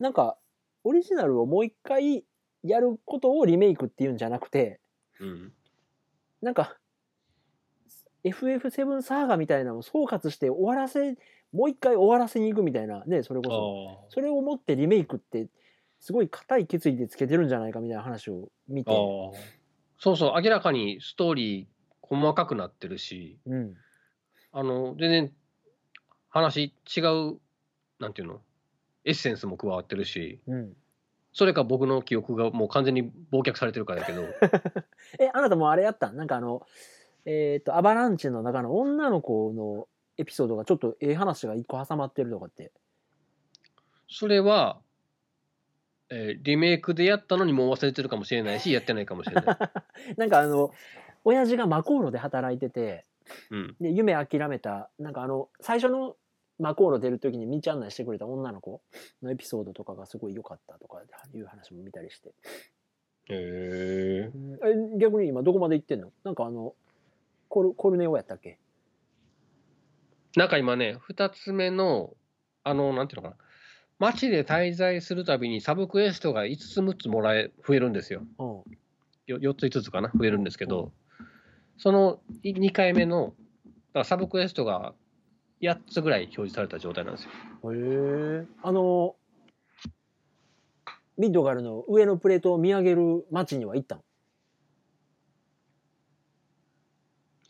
Speaker 2: なんか、オリジナルをもう一回やることをリメイクっていうんじゃなくて、
Speaker 1: うん。
Speaker 2: なんか、 FF7 サーガみたいなのを総括して終わらせもう一回終わらせに行くみたいなねそれこ
Speaker 1: あ
Speaker 2: そそれを持ってリメイクってすごい固い決意でつけてるんじゃないかみたいな話を見
Speaker 1: あ
Speaker 2: て、
Speaker 1: ーそうそう、明らかにストーリー細かくなってるし、
Speaker 2: うん、
Speaker 1: あの、全然話違う、なんていうの、エッセンスも加わってるし、
Speaker 2: うん、
Speaker 1: それか僕の記憶がもう完全に忘却されてるからだけど、
Speaker 2: えあなたもあれやったんなんかあのえっ、とアバランチの中の女の子のエピソードがちょっとええ話が一個挟まってるとかって
Speaker 1: それは、えーリメイクでやったのにもう忘れてるかもしれないし、やってないかもしれ ない。
Speaker 2: なんかあの親父がマコーロで働いてて
Speaker 1: うん。
Speaker 2: で夢諦めたなんかあの最初のマコーロ出る時に道案内してくれた女の子のエピソードとかがすごい良かったとかいう話も見たりして、
Speaker 1: へえ。
Speaker 2: え逆に今どこまで行ってんのなんかあのコルコルネオやったっけ
Speaker 1: なんか今ね、2つ目の、あの、なんていうのかな、街で滞在するたびにサブクエストが5つ、6つもらえ、増えるんですよ。
Speaker 2: うん
Speaker 1: よ4つ、5つかな、増えるんですけど、その2回目の、だからサブクエストが8つぐらい表示された状態なんですよ。
Speaker 2: へえあのミッドガルの上のプレートを見上げる町には行ったの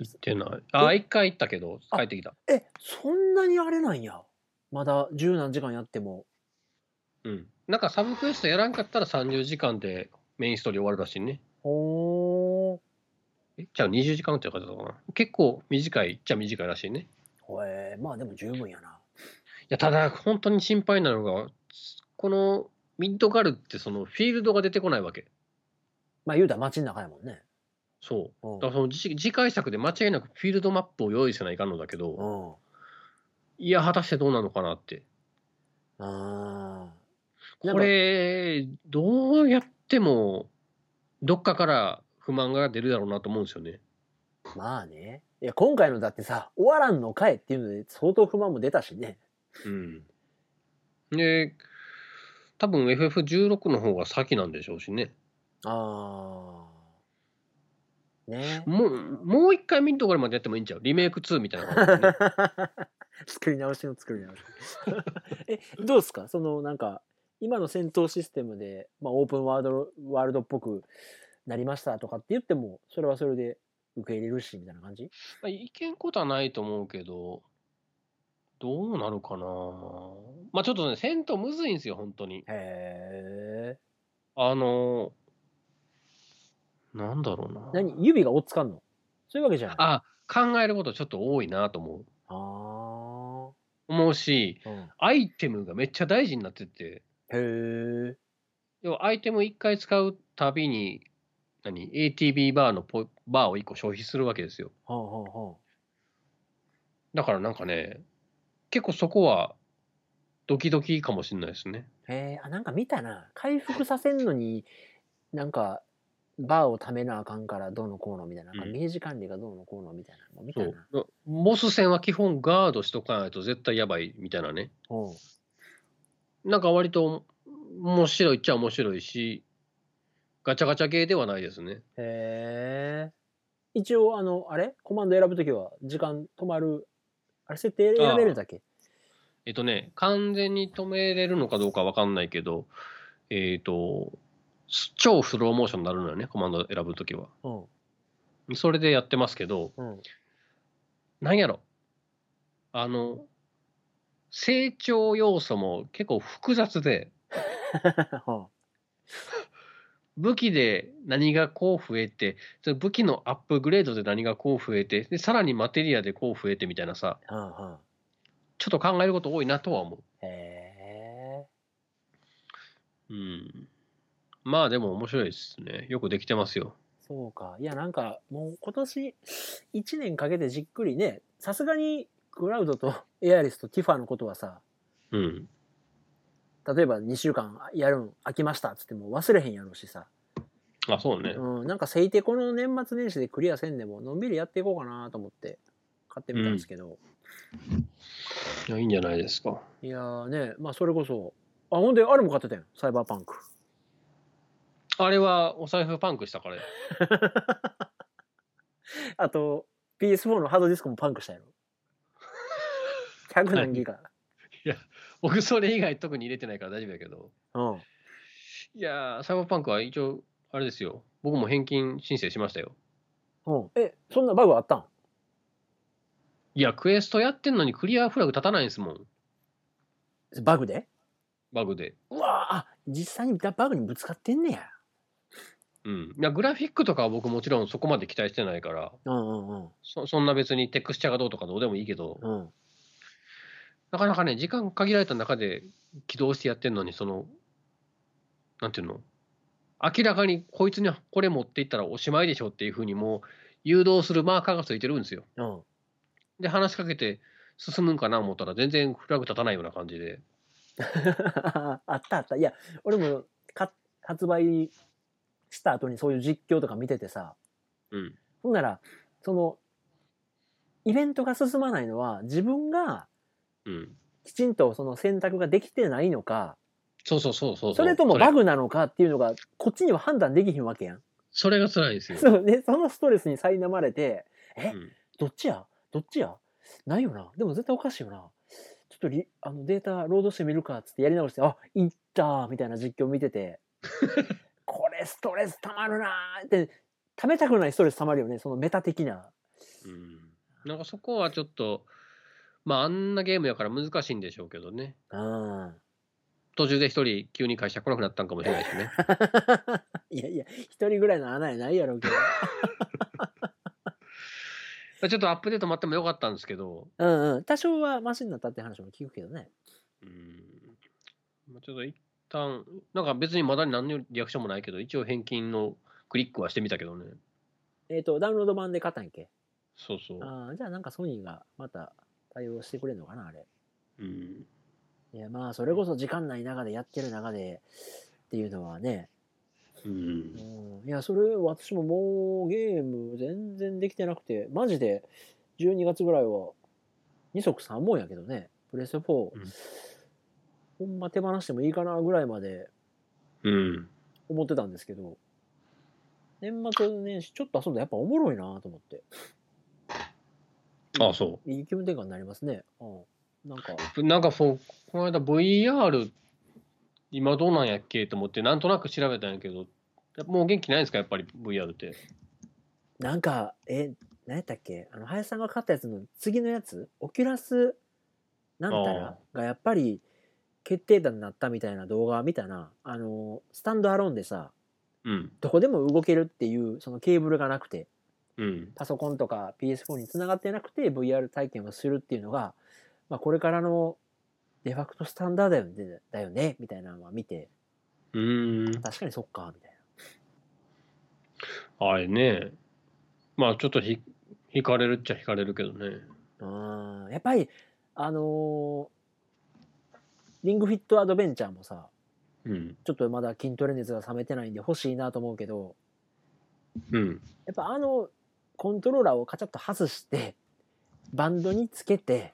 Speaker 1: 行ってない。あ、1回行ったけど、帰ってきた。
Speaker 2: えそんなにあれなんやまだ十何時間やっても
Speaker 1: うん。なんかサブクエストやらんかったら30時間でメインストーリー終わるらしいね。
Speaker 2: ほー
Speaker 1: えじゃあ20時間って書いてたかな。結構短いっちゃ短いらしいね。
Speaker 2: ほえまあでも十分やない
Speaker 1: や、ただ、本当に心配なのが、このミッドガルって、そのフィールドが出てこないわけ。
Speaker 2: まあ言うたら町の中やもんね
Speaker 1: そうう。
Speaker 2: ん
Speaker 1: だからその次次回作で間違いなくフィールドマップを用意せないかんのだけ
Speaker 2: う
Speaker 1: ど、
Speaker 2: ん
Speaker 1: いや、果たしてどうなのかなって。
Speaker 2: あなん
Speaker 1: こ
Speaker 2: か
Speaker 1: れ、どうやっても、どっかから不満が出るだろうなと思うんですよね。
Speaker 2: ーまあねいや今回のだってさ終わらんのかいっていうので相当不満も出たしね
Speaker 1: うん。で、多分 FF16 の方が先なんでしょうしね。
Speaker 2: ああね
Speaker 1: もう、もう一回ミッドガルまでやってもいいんちゃうリメイク2みたいな感じでね
Speaker 2: 作り直しの作り直し えどうですかそのなんか今の戦闘システムで、まあ、オープンワールドワールドっぽくなりましたとかって言ってもそれはそれで受け入れるしみたいな感じ
Speaker 1: まあ、いけんことはないと思うけど、どうなるかなまあちょっとね、戦闘むずいんですよ、本当に。
Speaker 2: へえ
Speaker 1: あのーなんだろうな。
Speaker 2: 何指が追っつかんのそういうわけじゃない
Speaker 1: あ、
Speaker 2: あ
Speaker 1: 考えることちょっと多いなと思う。
Speaker 2: あー、
Speaker 1: 思うし、
Speaker 2: うん、
Speaker 1: アイテムがめっちゃ大事になってて、
Speaker 2: へえ
Speaker 1: 要はアイテム1回使うたびに、何 ?ATB バーのポバーを1個消費するわけですよ。
Speaker 2: はあはあはあ
Speaker 1: だからなんかね、結構そこはドキドキかもしれないですね。
Speaker 2: へえあなんか見たな回復させんのになんかバーをためなあかんからどうのこうのみたいななんか
Speaker 1: うん
Speaker 2: 明治管理がどうのこうのみたいなのも見た
Speaker 1: そ
Speaker 2: な、
Speaker 1: うだボス戦は基本ガードしとかないと絶対やばいみたいなね。
Speaker 2: おう
Speaker 1: なんか割と面白いっちゃ面白いし、ガチャガチャ系ではないですね。
Speaker 2: へえ一応あのあれコマンド選ぶときは時間止まるあれ設定選べるんだっけ
Speaker 1: えっとね、完全に止めれるのかどうかわかんないけど、えっ、と、す超スローモーションになるのよね、コマンド選ぶときは。
Speaker 2: うん
Speaker 1: それでやってますけど、
Speaker 2: うん
Speaker 1: なんやろ。あの、成長要素も結構複雑で、武器で何がこう増えて、その武器のアップグレードで何がこう増えて、でさらにマテリアでこう増えてみたいなさ、
Speaker 2: うんうん
Speaker 1: ちょっと考えること多いなとは思
Speaker 2: へえ
Speaker 1: う。うん。まあでも面白いですね。よくできてますよ。
Speaker 2: そうかいやなんかもう今年1年かけてじっくりねさすがにクラウドとエアリスとティファのことはさ
Speaker 1: うん。
Speaker 2: 例えば2週間やるん飽きましたっつっても忘れへんやろうしさ、
Speaker 1: あ、そうね。
Speaker 2: うん、なんかせいてこの年末年始でクリアせんでものんびりやっていこうかなと思って買ってみたんですけど、
Speaker 1: いやいいんじゃないですか。
Speaker 2: いやーねまあそれこそあほんであれも買ってたよサイバーパンク
Speaker 1: あれはお財布パンクしたからや。
Speaker 2: あと PS4 のハードディスクもパンクしたやろ。100何ギガ。
Speaker 1: 僕それ以外特に入れてないから大丈夫やけど。
Speaker 2: うん。
Speaker 1: いやー、サイバーパンクは一応、あれですよ。僕も返金申請しましたよ。
Speaker 2: うん。え、そんなバグあったん
Speaker 1: いや、クエストやってんのにクリアフラグ立たないんですもん。
Speaker 2: バグで
Speaker 1: バグで。
Speaker 2: うわあ、実際にバグにぶつかってんねや。
Speaker 1: うん。いや、グラフィックとかは僕もちろんそこまで期待してないから、
Speaker 2: うんうん
Speaker 1: そそんな別にテクスチャがどうとかどうでもいいけど、
Speaker 2: うん。うん。
Speaker 1: なかなかね、時間限られた中で起動してやってんのに、その、なんていうの明らかにこいつにこれ持っていったらおしまいでしょっていうふうにもう誘導するマーカーがついてるんですよ。
Speaker 2: うん。
Speaker 1: で、話しかけて進むんかな思ったら全然フラグ立たないような感じで。
Speaker 2: あったあった。いや、俺もか発売した後にそういう実況とか見ててさ、
Speaker 1: うん。
Speaker 2: ほんなら、その、イベントが進まないのは自分が
Speaker 1: うん。
Speaker 2: きちんとその選択ができてないのか、
Speaker 1: そうそうそうそうう。
Speaker 2: それともバ
Speaker 1: グ
Speaker 2: グなのかっていうのが、こっちには判断できひんわけやん。
Speaker 1: それが辛いん ですよ。
Speaker 2: そうね、そのストレスに苛まれて、え
Speaker 1: うん
Speaker 2: どっちやどっちやないよな。でも絶対おかしいよな。ちょっとリあのデータロードしてみるかっつってやり直して、あ、いったーみたいな実況見てて、これストレス溜まるなーって、溜めたくないストレス溜まるよね、そのメタ的な。
Speaker 1: うん。なんかそこはちょっと、まああんなゲームやから難しいんでしょうけどね。
Speaker 2: うん。
Speaker 1: 途中で一人急に会社来なくなったんかもしれないし ね。
Speaker 2: いやいや、一人ぐらいの穴やないやろうけど。
Speaker 1: ちょっとアップデート待ってもよかったんですけど、
Speaker 2: うんうん。多少はマシになったって話も聞くけどね。
Speaker 1: うんまあちょっと一旦、なんか別にまだ何のリアクションもないけど、一応返金のクリックはしてみたけどね。
Speaker 2: えっ、と、ダウンロード版で買ったんやっけ
Speaker 1: そうそう。
Speaker 2: ああ、じゃあなんかソニーがまた対応してくれるのかな、あれ。
Speaker 1: うん、
Speaker 2: いや、まあ、それこそ時間ない中でやってる中でっていうのはね。
Speaker 1: うん
Speaker 2: う、ん。いや、それ私ももうゲーム全然できてなくて、マジで12月ぐらいは2足3本やけどね。プレステ4、
Speaker 1: ん
Speaker 2: ほんま手放してもいいかなぐらいまで
Speaker 1: うん、
Speaker 2: 思ってたんですけど、年末年始ちょっと遊んだらやっぱおもろいなと思って。
Speaker 1: ああ、そ
Speaker 2: いい気分転換になりますね。うん。なんか、
Speaker 1: う。なんかそう、この間 VR、今どうなんやっけと思って、なんとなく調べたんやけど、もう元気ないんですか、やっぱり VR って。
Speaker 2: なんか、え、何やったっけあの、林さんが買ったやつの次のやつオキュラスなんた
Speaker 1: あ
Speaker 2: らがやっぱり決定打になったみたいな動画見たな。あの、スタンドアローンでさ、
Speaker 1: うん、
Speaker 2: どこでも動けるっていう、そのケーブルがなくて、
Speaker 1: うん、
Speaker 2: パソコンとか PS4 に繋がってなくて VR 体験をするっていうのが、まあこれからのデファクトスタンダードだよね、だよねみたいなのは見て、
Speaker 1: うーん、
Speaker 2: 確かにそっか、みたいな。
Speaker 1: あれね、まあちょっとひ引かれるっちゃ引かれるけどね。
Speaker 2: あーやっぱりあのーリングフィットアドベンチャーもさ
Speaker 1: うん、
Speaker 2: ちょっとまだ筋トレ熱が冷めてないんで欲しいなと思うけど
Speaker 1: うん、
Speaker 2: やっぱあのコントローラーをカチャッと外してバンドにつけて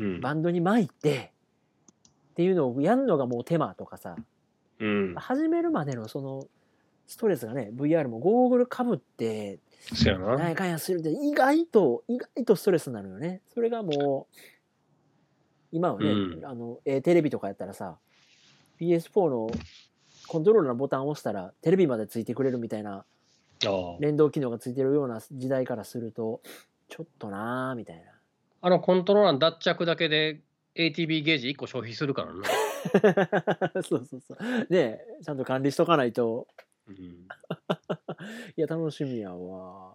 Speaker 1: うん、
Speaker 2: バンドに巻いてっていうのをやるのがもう手間とかさ
Speaker 1: うん、
Speaker 2: 始めるまでのそのストレスがね VR もゴーグルかぶって
Speaker 1: そやな。
Speaker 2: 何やかんやするって意外と意外とストレスになるよねそれがもう今はね、
Speaker 1: うん
Speaker 2: あのえーテレビとかやったらさ PS4 のコントローラーのボタンを押したらテレビまでついてくれるみたいな
Speaker 1: ああ
Speaker 2: 連動機能がついてるような時代からするとちょっとなーみたいな
Speaker 1: あのコントローラーの脱着だけで ATB ゲージ1個消費するからな。
Speaker 2: そうそうそうねえちゃんと管理しとかないと
Speaker 1: うん
Speaker 2: いや楽しみやわ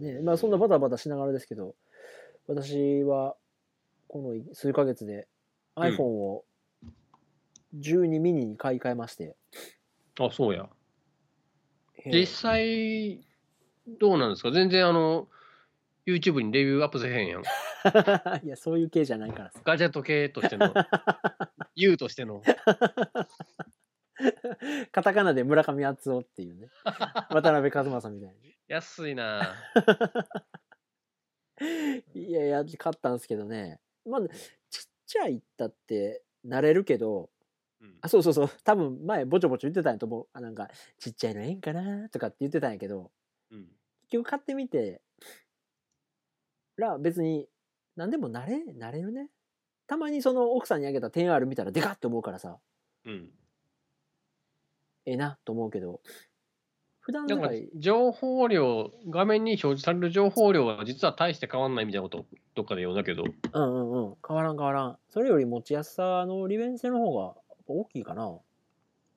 Speaker 2: いやねまあそんなバタバタしながらですけど、私はこの数ヶ月で
Speaker 1: ん
Speaker 2: iPhone を12ミニに買い替えまして、
Speaker 1: あ、そうや。
Speaker 2: えー
Speaker 1: 実際、どうなんですか全然あの、YouTube にレビューアップせへんやん。
Speaker 2: いや、そういう系じゃないからさ。
Speaker 1: ガジェット系として の、U としての。
Speaker 2: カタカナで村上敦夫っていうね、渡辺一正みたい
Speaker 1: 安いな。
Speaker 2: に。いやいや、買ったんですけどね、まあ、ちっちゃいったって慣れるけど、
Speaker 1: うん
Speaker 2: あ、そうそうそう、多分前ぼちょぼちょ言ってたんやと思う。あ、なんか、ちっちゃいのええんかなとかって言ってたんやけど、
Speaker 1: うん
Speaker 2: 結局買ってみてら別に何でもなれなれるねたまにその奥さんにあげた 10R 見たらでかって思うからさ
Speaker 1: うん。
Speaker 2: ええなと思うけど普段
Speaker 1: だ
Speaker 2: 使
Speaker 1: から
Speaker 2: い
Speaker 1: 情報量、画面に表示される情報量は実は大して変わんないみたいなことどっかで読んだけど、
Speaker 2: うんうんうん変わらん変わらんそれより持ちやすさの利便性の方がやっぱ大きいかな
Speaker 1: う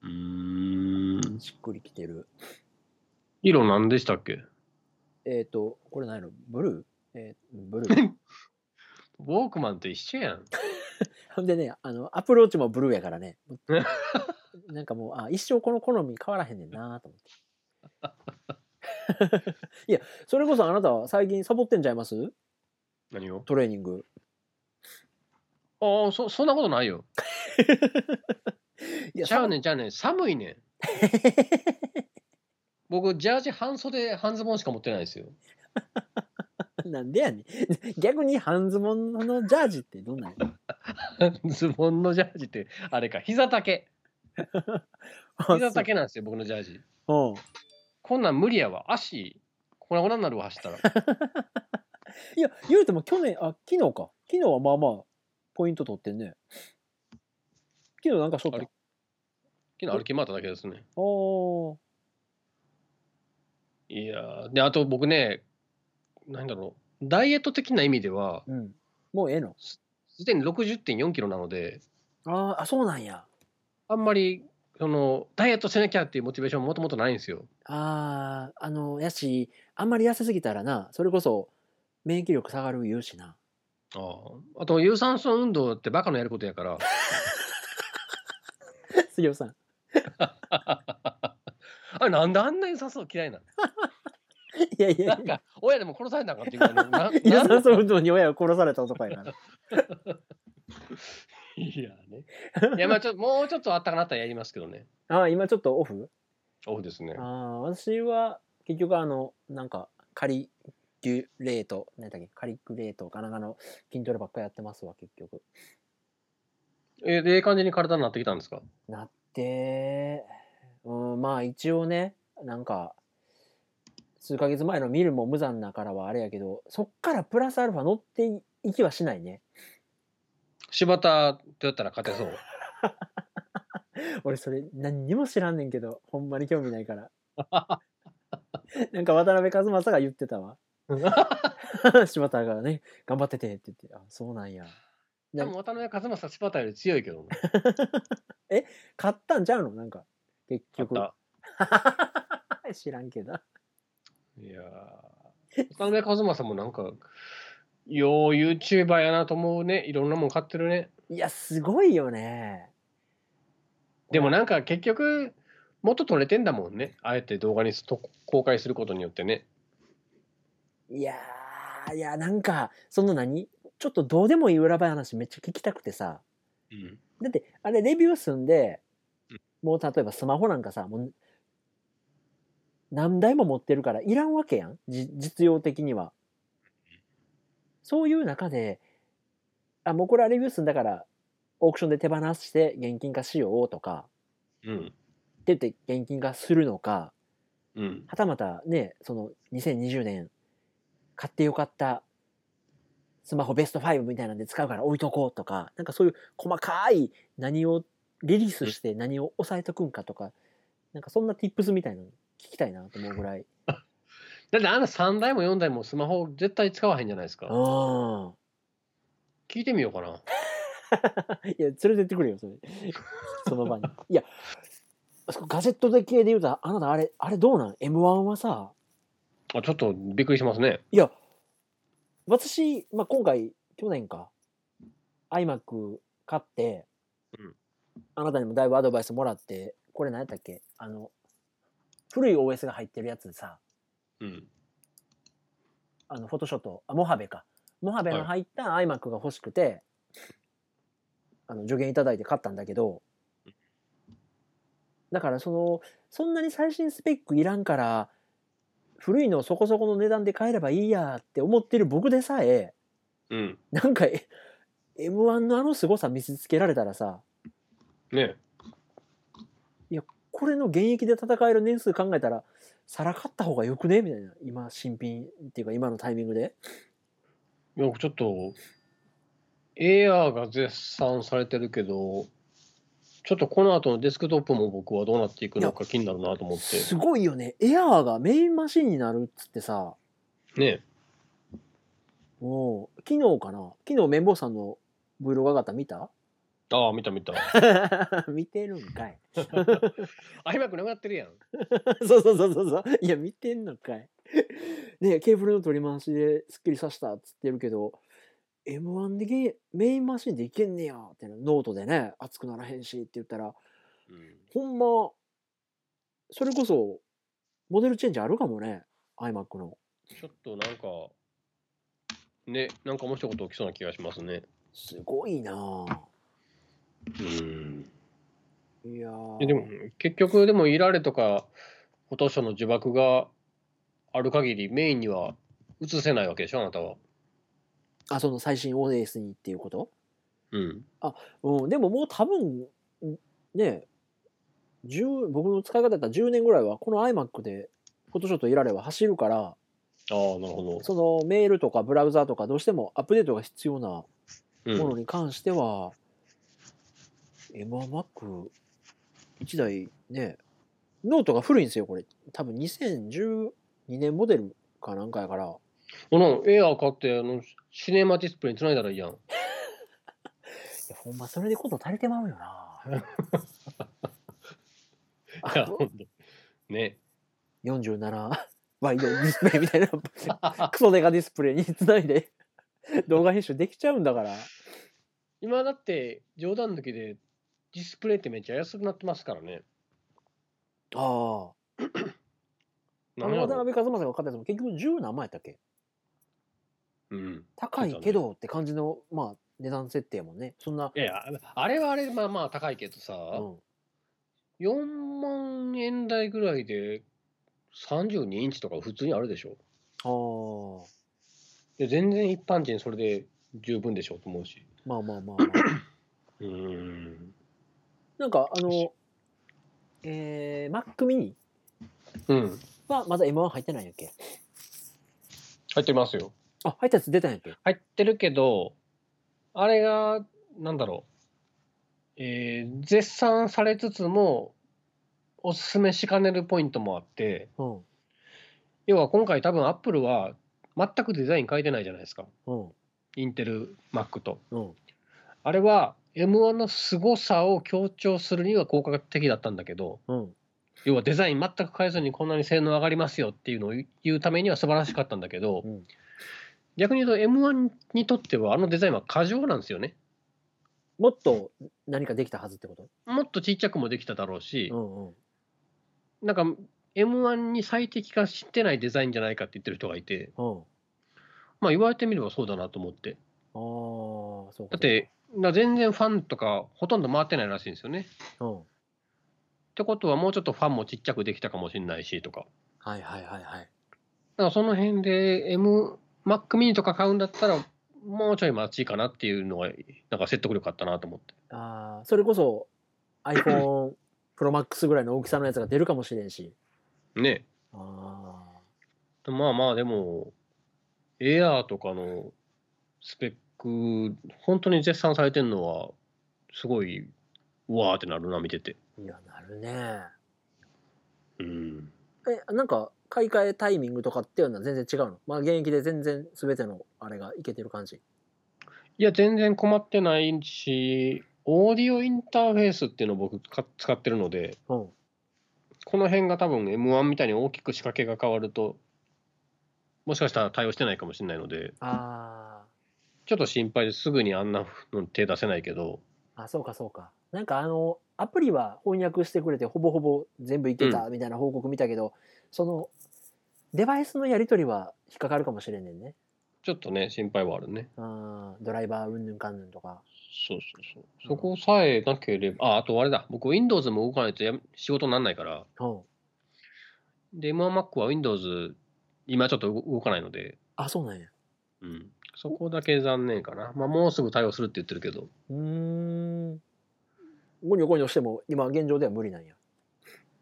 Speaker 1: ーん。
Speaker 2: しっくりきてる
Speaker 1: 色何でしたっけ
Speaker 2: えっ、ー、とこれ何やろブルーえーブルー
Speaker 1: ウォークマンと一緒やん。
Speaker 2: ほんでねあのアプローチもブルーやか らねなんかもうあ一生この好み変わらへんねんなと思って いやそれこそあなたは最近サボってんちゃいます
Speaker 1: 何を
Speaker 2: トレーニング
Speaker 1: ああ、そ、そんなことないよ。
Speaker 2: いや
Speaker 1: ちゃうねん、ちゃうねん。寒い ねん。僕、ジャージ半袖、半ズボンしか持ってないですよ。
Speaker 2: なんでやねん。逆に半ズボンのジャージってどんなんや
Speaker 1: ズボンのジャージって、あれか、膝丈。 膝丈なんですよ、僕のジャージ。
Speaker 2: うん。
Speaker 1: こんなん無理やわ。足、粉々になるわ、走ったら。
Speaker 2: いや、言うても去年、あ、昨日か。昨日はまあまあ、ポイント取ってんね。昨日なんかしょった。
Speaker 1: あ
Speaker 2: あ
Speaker 1: れ昨日歩き回っただけですね。
Speaker 2: あー。
Speaker 1: いやーで、あと僕ね、なんだろう、ダイエット的な意味では、
Speaker 2: うん。もうええの。
Speaker 1: すでに60.4キロなので、
Speaker 2: あーあ、そうなんや。
Speaker 1: あんまり、その、ダイエットせなきゃっていうモチベーションもともとないんですよ。
Speaker 2: ああ、あの、やし、あんまり痩せすぎたらな、それこそ、免疫力下がる言うしな。
Speaker 1: あああと、有酸素運動ってバカのやることやから、
Speaker 2: 杉尾さん。
Speaker 1: あれ、なんであんな有酸素嫌いなの
Speaker 2: いやいや
Speaker 1: なんか、親でも殺されたんかっていう ぐらいのな
Speaker 2: 有
Speaker 1: なん
Speaker 2: 酸素運動に親を殺された男やから。
Speaker 1: いやね。いや、まあちょっと、もうちょっとあったかなったらやりますけどね。
Speaker 2: ああ、今ちょっとオフ
Speaker 1: オフですね。
Speaker 2: ああ私は結局あのなんかカリキュレート何だっけカリキュレートかなんかの筋トレばっかりやってますわ結局
Speaker 1: えー、で、ええ感じに体になってきたんですか
Speaker 2: なってうんまあ一応ねなんか数ヶ月前の見るも無残なからはあれやけどそっからプラスアルファ乗っていいきはしないね
Speaker 1: 柴田とやったら勝てそう。
Speaker 2: 俺それ何にも知らんねんけどほんまに興味ないからなんか渡辺一正が言ってたわ柴田がね頑張っててって言ってあそうなんや
Speaker 1: 多分渡辺一正、柴田より強いけどね。
Speaker 2: 買ったんちゃうのなんか結局
Speaker 1: 勝
Speaker 2: 知らんけど
Speaker 1: ったいやー渡辺一正もなんか、よう YouTuber やなと思うね。いろんなもん買ってるね。
Speaker 2: いやすごいよね
Speaker 1: でもなんか結局、元取れてんだもんね。あえて動画にすと公開することによってね。
Speaker 2: いやーいやなんかその何ちょっとどうでもいい裏話めっちゃ聞きたくてさ
Speaker 1: うん。
Speaker 2: だってあれレビューすんで
Speaker 1: う
Speaker 2: もう例えばスマホなんかさもう何台も持ってるからいらんわけやんじ実用的にはそういう中であもうこれはレビューすんだからオークションで手放して現金化しようとか
Speaker 1: うん。
Speaker 2: って言って現金化するのか
Speaker 1: うん。
Speaker 2: はたまたねその2020年買ってよかったスマホベスト5みたいなんで使うから置いとこうとかなんかそういう細かい何をリリースして何を抑えとくんかとかなんかそんな tips みたいなの聞きたいなと思うぐらい
Speaker 1: だってあんな3台も4台もスマホ絶対使わへんじゃないです
Speaker 2: あ
Speaker 1: か。
Speaker 2: あ
Speaker 1: 聞いてみようかな。
Speaker 2: いや連れてってくれよそれその場にいやあそこガジェットで系で言うとあなたあれあれどうなん m 1はさ
Speaker 1: あちょっとびっくりしますね。
Speaker 2: いや、私、まあ、今回、去年か、iMac 買って、
Speaker 1: うん
Speaker 2: あなたにもだいぶアドバイスもらって、これ何やったっけあの、古い OS が入ってるやつでさ、
Speaker 1: うん。
Speaker 2: あの、フォトショット、あ、モハベか。モハベの入った iMac が欲しくて、あの、助言いただいて買ったんだけど、だからその、そんなに最新スペックいらんから、古いのをそこそこの値段で買えればいいやって思ってる僕でさえ、
Speaker 1: うん。
Speaker 2: なんか、え M1 のあの凄さ見せつけられたらさ、
Speaker 1: ね
Speaker 2: これの現役で戦える年数考えたら、さらかった方がよくねみたいな。今、新品っていうか今のタイミングで。
Speaker 1: いや、ちょっと、AR が絶賛されてるけど、ちょっとこの後のデスクトップも僕はどうなっていくのか気になるなと思って。
Speaker 2: すごいよね。エアーがメインマシンになるっつってさ、
Speaker 1: ね
Speaker 2: もう、昨日かな昨日綿棒さんの Vlog 上がった見た
Speaker 1: ああ、見た見 た。
Speaker 2: 見てるんかい。
Speaker 1: あ、今くなくなってるやん。
Speaker 2: そうそうそうそうそう。いや、見てんのかい。 ねえケーブルの取り回しですっきりさしたっつってるけど、M1 でゲーメインマシンでいけんねやってなノートでね、熱くならへんしって言ったら、
Speaker 1: うん
Speaker 2: ほんま、それこそ、モデルチェンジあるかもね、iMac の。
Speaker 1: ちょっとなんか、ね、なんか面白いこと起きそうな気がしますね。
Speaker 2: すごいなぁ。
Speaker 1: うん。
Speaker 2: いや
Speaker 1: え
Speaker 2: ー
Speaker 1: でも、結局、でも、いられとか、フォトショーの呪縛がある限り、メインには映せないわけでしょ、あなたは。
Speaker 2: あ、その最新 OS にっていうこと
Speaker 1: うん。
Speaker 2: うん、でももう多分、んね、10僕の使い方だったら10年ぐらいは、この iMac で、フォトショーといられは走るから、
Speaker 1: ああ、なるほ
Speaker 2: そのメールとかブラウザーとかどうしてもアップデートが必要なも
Speaker 1: ど。うん
Speaker 2: のに関しては、MMAC1 台ね、ノートが古いんですよ、これ。多分2012年モデルかなんかやから。
Speaker 1: このエアー買って、あの、シネマディスプレイにつないだらいいやん。
Speaker 2: いやほんまそれでこと足りてまうよ な
Speaker 1: いや
Speaker 2: あ
Speaker 1: ほんとね。
Speaker 2: 47ワイドディスプレイみたいな クソデカディスプレイにつないで動画編集できちゃうんだから
Speaker 1: 今だって、冗談抜きで、ディスプレイってめっちゃ安くなってますからね。
Speaker 2: あああ
Speaker 1: なん
Speaker 2: の
Speaker 1: や
Speaker 2: 渡
Speaker 1: ろ
Speaker 2: 辺一馬さんが買ったやつも結局10何万やったっけ
Speaker 1: うん。
Speaker 2: 高いけどって感じの、まあ値段設定もんねそんな、
Speaker 1: いやいや、あれはあれ、まあまあ高いけどさ、
Speaker 2: うん、
Speaker 1: 4万円台ぐらいで32インチとか普通にあるでしょ。
Speaker 2: ああ
Speaker 1: で全然一般人それで十分でしょうと思うし。
Speaker 2: まあまあまあ、ま あ、
Speaker 1: うーん。
Speaker 2: なんかあのえー、Mac mini
Speaker 1: うん。
Speaker 2: はまだ M1 入ってないんやっけ
Speaker 1: 入ってますよ。
Speaker 2: あ入ったやつ出たんやっけ
Speaker 1: 入ってるけど、あれが、なんだろう。えー絶賛されつつも、おすすめしかねるポイントもあって、
Speaker 2: うん
Speaker 1: 要は今回多分 Apple は全くデザイン変えてないじゃないですか。
Speaker 2: うん
Speaker 1: インテル Mac と。
Speaker 2: うん
Speaker 1: あれは M1 の凄さを強調するには効果的だったんだけど、
Speaker 2: うん
Speaker 1: 要はデザイン全く変えずにこんなに性能上がりますよっていうのを言う言うためには素晴らしかったんだけど、
Speaker 2: うん
Speaker 1: 逆に言うと M1 にとってはあのデザインは過剰なんですよね。
Speaker 2: もっと何かできたはずってこと
Speaker 1: もっとちっちゃくもできただろうし
Speaker 2: う、んうん
Speaker 1: なんか M1 に最適化してないデザインじゃないかって言ってる人がいて、
Speaker 2: うん
Speaker 1: まあ言われてみればそうだなと思って。
Speaker 2: ああそうか
Speaker 1: だって、な全然ファンとかほとんど回ってないらしいんですよね。
Speaker 2: そうか
Speaker 1: ってことはもうちょっとファンもちっちゃくできたかもしれないしとか。
Speaker 2: うんはいはいはいはい
Speaker 1: だからその辺で M、Mac mini とか買うんだったら、もうちょい待ちかなっていうのが、なんか説得力あったなと思って。
Speaker 2: ああそれこそ iPhone Pro Max ぐらいの大きさのやつが出るかもしれんし
Speaker 1: ね。
Speaker 2: ああ
Speaker 1: まあまあ、でも、AR とかのスペック、本当に絶賛されてるのは、すごい、うわーってなるな、見てて。
Speaker 2: いやなるね
Speaker 1: うん。
Speaker 2: えなんか買い替えタイミングとかっていうのは全然違うのまあ現役で全然全てのあれがいけてる感じ
Speaker 1: いや、全然困ってないし、オーディオインターフェースっていうのを僕か使ってるので、
Speaker 2: うん
Speaker 1: この辺が多分 M1 みたいに大きく仕掛けが変わると、もしかしたら対応してないかもしれないので、
Speaker 2: あ
Speaker 1: ちょっと心配です。すぐにあんなのに手出せないけど、
Speaker 2: ーあそうかそうかなんかあのアプリは翻訳してくれてほぼほぼ全部いけたみたいな報告見たけど、そのデバイスのやり取りは引っかかるかもしれんねんね
Speaker 1: ちょっとね、心配はあるね。
Speaker 2: あードライバーうんぬんかんぬんとか
Speaker 1: そうそうそう。そこさえなければ、あ、あとあれだ。僕、Windows も動かないとやめ仕事にならないから、
Speaker 2: うん
Speaker 1: で、M1Mac は Windows、今ちょっと動かないので、
Speaker 2: あそうなんや
Speaker 1: うん。そこだけ残念かな。まあ、もうすぐ対応するって言ってるけど、
Speaker 2: うーんゴニョゴニョしても今現状では無理なんや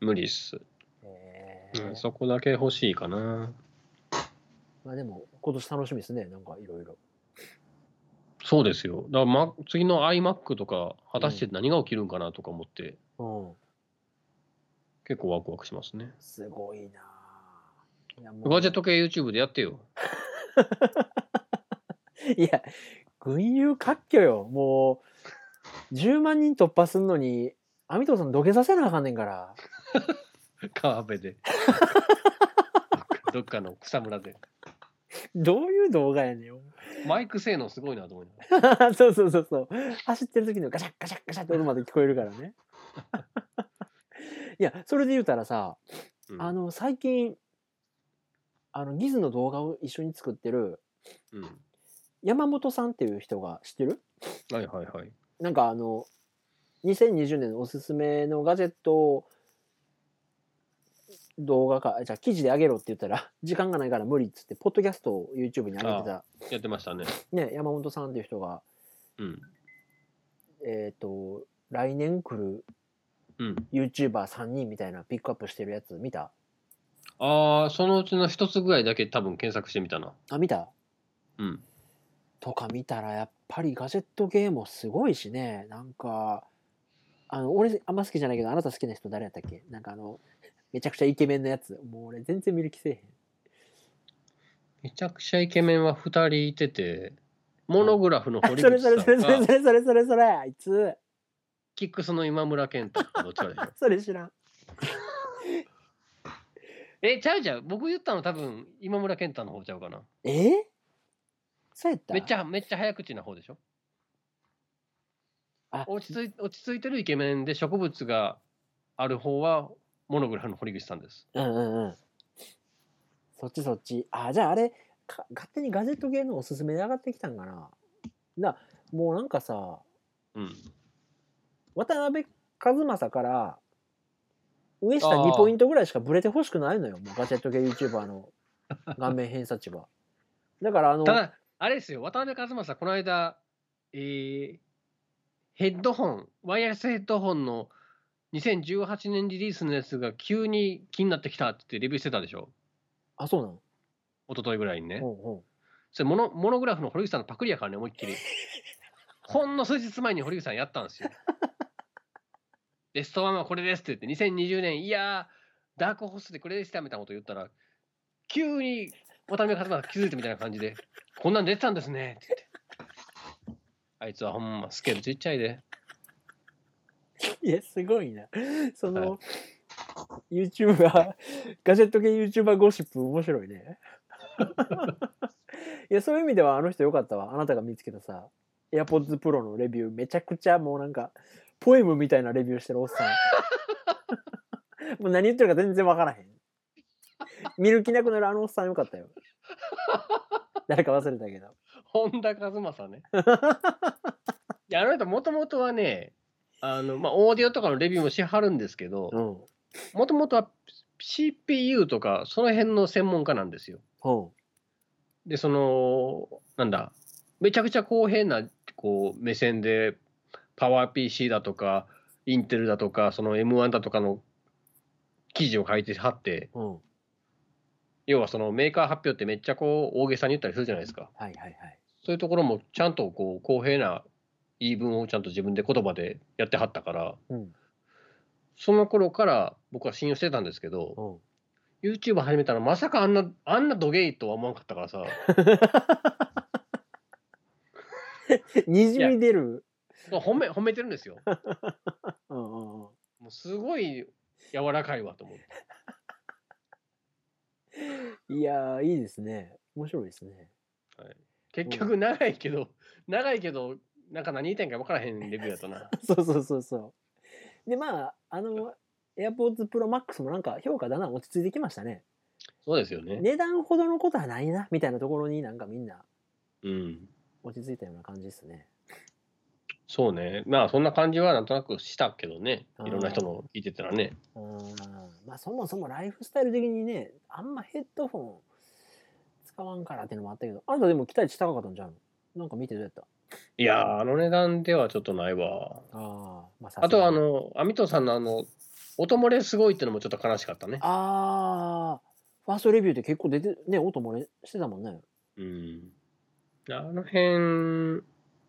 Speaker 1: 無理っす。
Speaker 2: へ
Speaker 1: う
Speaker 2: ー
Speaker 1: ん、そこだけ欲しいかな。
Speaker 2: まあでも今年楽しみですねなんかいろいろ
Speaker 1: そうですよ。だから、ま、次の iMac とか、果たして何が起きるんかなとか思って、
Speaker 2: うん。
Speaker 1: 結構ワクワクしますね。
Speaker 2: すごいなぁ。いやもう
Speaker 1: ガジェット系 YouTube でやってよ。
Speaker 2: いや、群雄割拠よ。もう、10万人突破すんのに、アミトさん土下座せなあかんねんから。
Speaker 1: 川辺 で。どっかの草むらで。
Speaker 2: どういう動画やねん。
Speaker 1: マイク性能すごいなと思いながら
Speaker 2: そうそうそうそう。走ってる時のガシャッガシャッガシャッって音まで聞こえるからね。 いや、それで言うたらさ、
Speaker 1: うん
Speaker 2: あの、最近、あの、ギズの動画を一緒に作ってる
Speaker 1: うん。
Speaker 2: 山本さんっていう人が知ってる
Speaker 1: はいはいはい。
Speaker 2: なんかあの、2020年のおすすめのガジェットを動画か、じゃあ記事であげろって言ったら、 時間がないから無理っつって、ポッドキャストを YouTube に上げてた、
Speaker 1: やってましたね。
Speaker 2: ね、山本さんっていう人が、
Speaker 1: うん。
Speaker 2: えっ、と、来年来る
Speaker 1: うん。
Speaker 2: YouTuber3 人みたいなピックアップしてるやつ見た
Speaker 1: ああ、そのうちの一つぐらいだけ多分検索してみたな。
Speaker 2: あ見た
Speaker 1: うん。
Speaker 2: とか見たらやっぱりガジェットゲームもすごいしねなんかあの俺あんま好きじゃないけどあなた好きな人誰やったっけなんかあのめちゃくちゃイケメンのやつもう俺全然見る気せえへん
Speaker 1: めちゃくちゃイケメンは2人いてて、モノグラフの
Speaker 2: あ
Speaker 1: 堀
Speaker 2: それ
Speaker 1: 口
Speaker 2: そ
Speaker 1: さ
Speaker 2: れそれ
Speaker 1: ん
Speaker 2: それ
Speaker 1: が
Speaker 2: それそれそれそれあいつ
Speaker 1: キックスの今村健太ってどっちかでしょ
Speaker 2: それ知らん
Speaker 1: え、ちゃうちゃう。僕言ったの多分今村健太の方ちゃうかな。
Speaker 2: えー、そうやった
Speaker 1: めっちゃ、めっちゃ早口な方でしょ
Speaker 2: あ
Speaker 1: 落ち着い落ち着いてるイケメンで植物がある方はモノグラフの堀口さんです。
Speaker 2: うんうんうんそっちそっちあじゃああれか勝手にガジェットゲームのおすすめで上がってきたんかななもうなんかさ
Speaker 1: うん。
Speaker 2: 渡辺一正から上下
Speaker 1: あー
Speaker 2: 2ポイントぐらいしかブレてほしくないのよもうガジェット系 YouTuber の顔面偏差値はだからあの
Speaker 1: ただ、あれですよ、渡辺一正、この間、えーヘッドホン、ワイヤレスヘッドホンの2018年リリースのやつが急に気になってきたって言ってレビューしてたでしょ、
Speaker 2: あそうなの
Speaker 1: 一昨日ぐらいにね。
Speaker 2: うんうん
Speaker 1: それモノ、モノグラフの堀口さんのパクリやからね、思いっきり。ほんの数日前に堀口さんやったんですよ。ベストワンはこれですって言って、2020年、いやー、ダークホースでこれでしたみたいなこと言ったら、急に渡辺一馬が気づいたみたいな感じで、こんなん出てたんですねって言って。あいつはほんまスケールちっちゃいで。
Speaker 2: いやすごいなその、
Speaker 1: は
Speaker 2: YouTuber ガジェット系 YouTuber ゴシップ面白いねいやそういう意味ではあの人よかったわあなたが見つけたさ AirPods Pro のレビューめちゃくちゃもうなんかポエムみたいなレビューしてるおっさんもう何言ってるか全然わからへん見る気なくなるあのおっさんよかったよ誰か忘れたけど
Speaker 1: 本田和正ね。いや、あの人もともとはね、あの、まあ、オーディオとかのレビューもしはるんですけど、
Speaker 2: うん
Speaker 1: もともとは CPU とかその辺の専門家なんですよ。
Speaker 2: ほ
Speaker 1: で、その、なんだ、めちゃくちゃ公平なこう目線で、パワー PC だとか、インテルだとか、その M1 だとかの記事を書いてはって、
Speaker 2: ううんは
Speaker 1: 要はそのメーカー発表ってめっちゃこう大げさに言ったりするじゃないですか。
Speaker 2: いはいはい
Speaker 1: そういうところもちゃんとこう公平な言い分をちゃんと自分で言葉でやってはったから、
Speaker 2: うん
Speaker 1: その頃から僕は信用してたんですけど、
Speaker 2: うん
Speaker 1: YouTube 始めたらまさかあんなあんなドゲイとは思わなかったから さ
Speaker 2: にじみ出る
Speaker 1: 褒め褒めてるんですよ
Speaker 2: うんうんうん
Speaker 1: もうすごい柔らかいわと思って
Speaker 2: いやーいいですね。面白いですね。
Speaker 1: 結局長いけど、長いけどなんか何言いたいんか分からへんレビューやったな
Speaker 2: そうそうそうそう。で、まあ、あの、AirPods Pro Max もなんか評価だな、落ち着いてきましたね。
Speaker 1: そうですよね
Speaker 2: 値段ほどのことはないな、みたいなところになんかみんな
Speaker 1: うん
Speaker 2: 落ち着いたような感じですね。
Speaker 1: そうねまあそんな感じはなんとなくしたけどね
Speaker 2: あー
Speaker 1: いろんな人の聞いてたらね
Speaker 2: うーん。まあ、そもそもライフスタイル的にね、あんまヘッドホン使わんからっていうのもあったけど、あんたでも期待値高かったんじゃん。なんか見てどうやった
Speaker 1: いやーあの値段ではちょっとないわ
Speaker 2: ああ、まあさすがに
Speaker 1: あとはあ、の網戸さんのあの音漏れすごいってのもちょっと悲しかったね
Speaker 2: ああ、ファーストレビューで結構出て、ね、音漏れしてたもんね。
Speaker 1: うんあの辺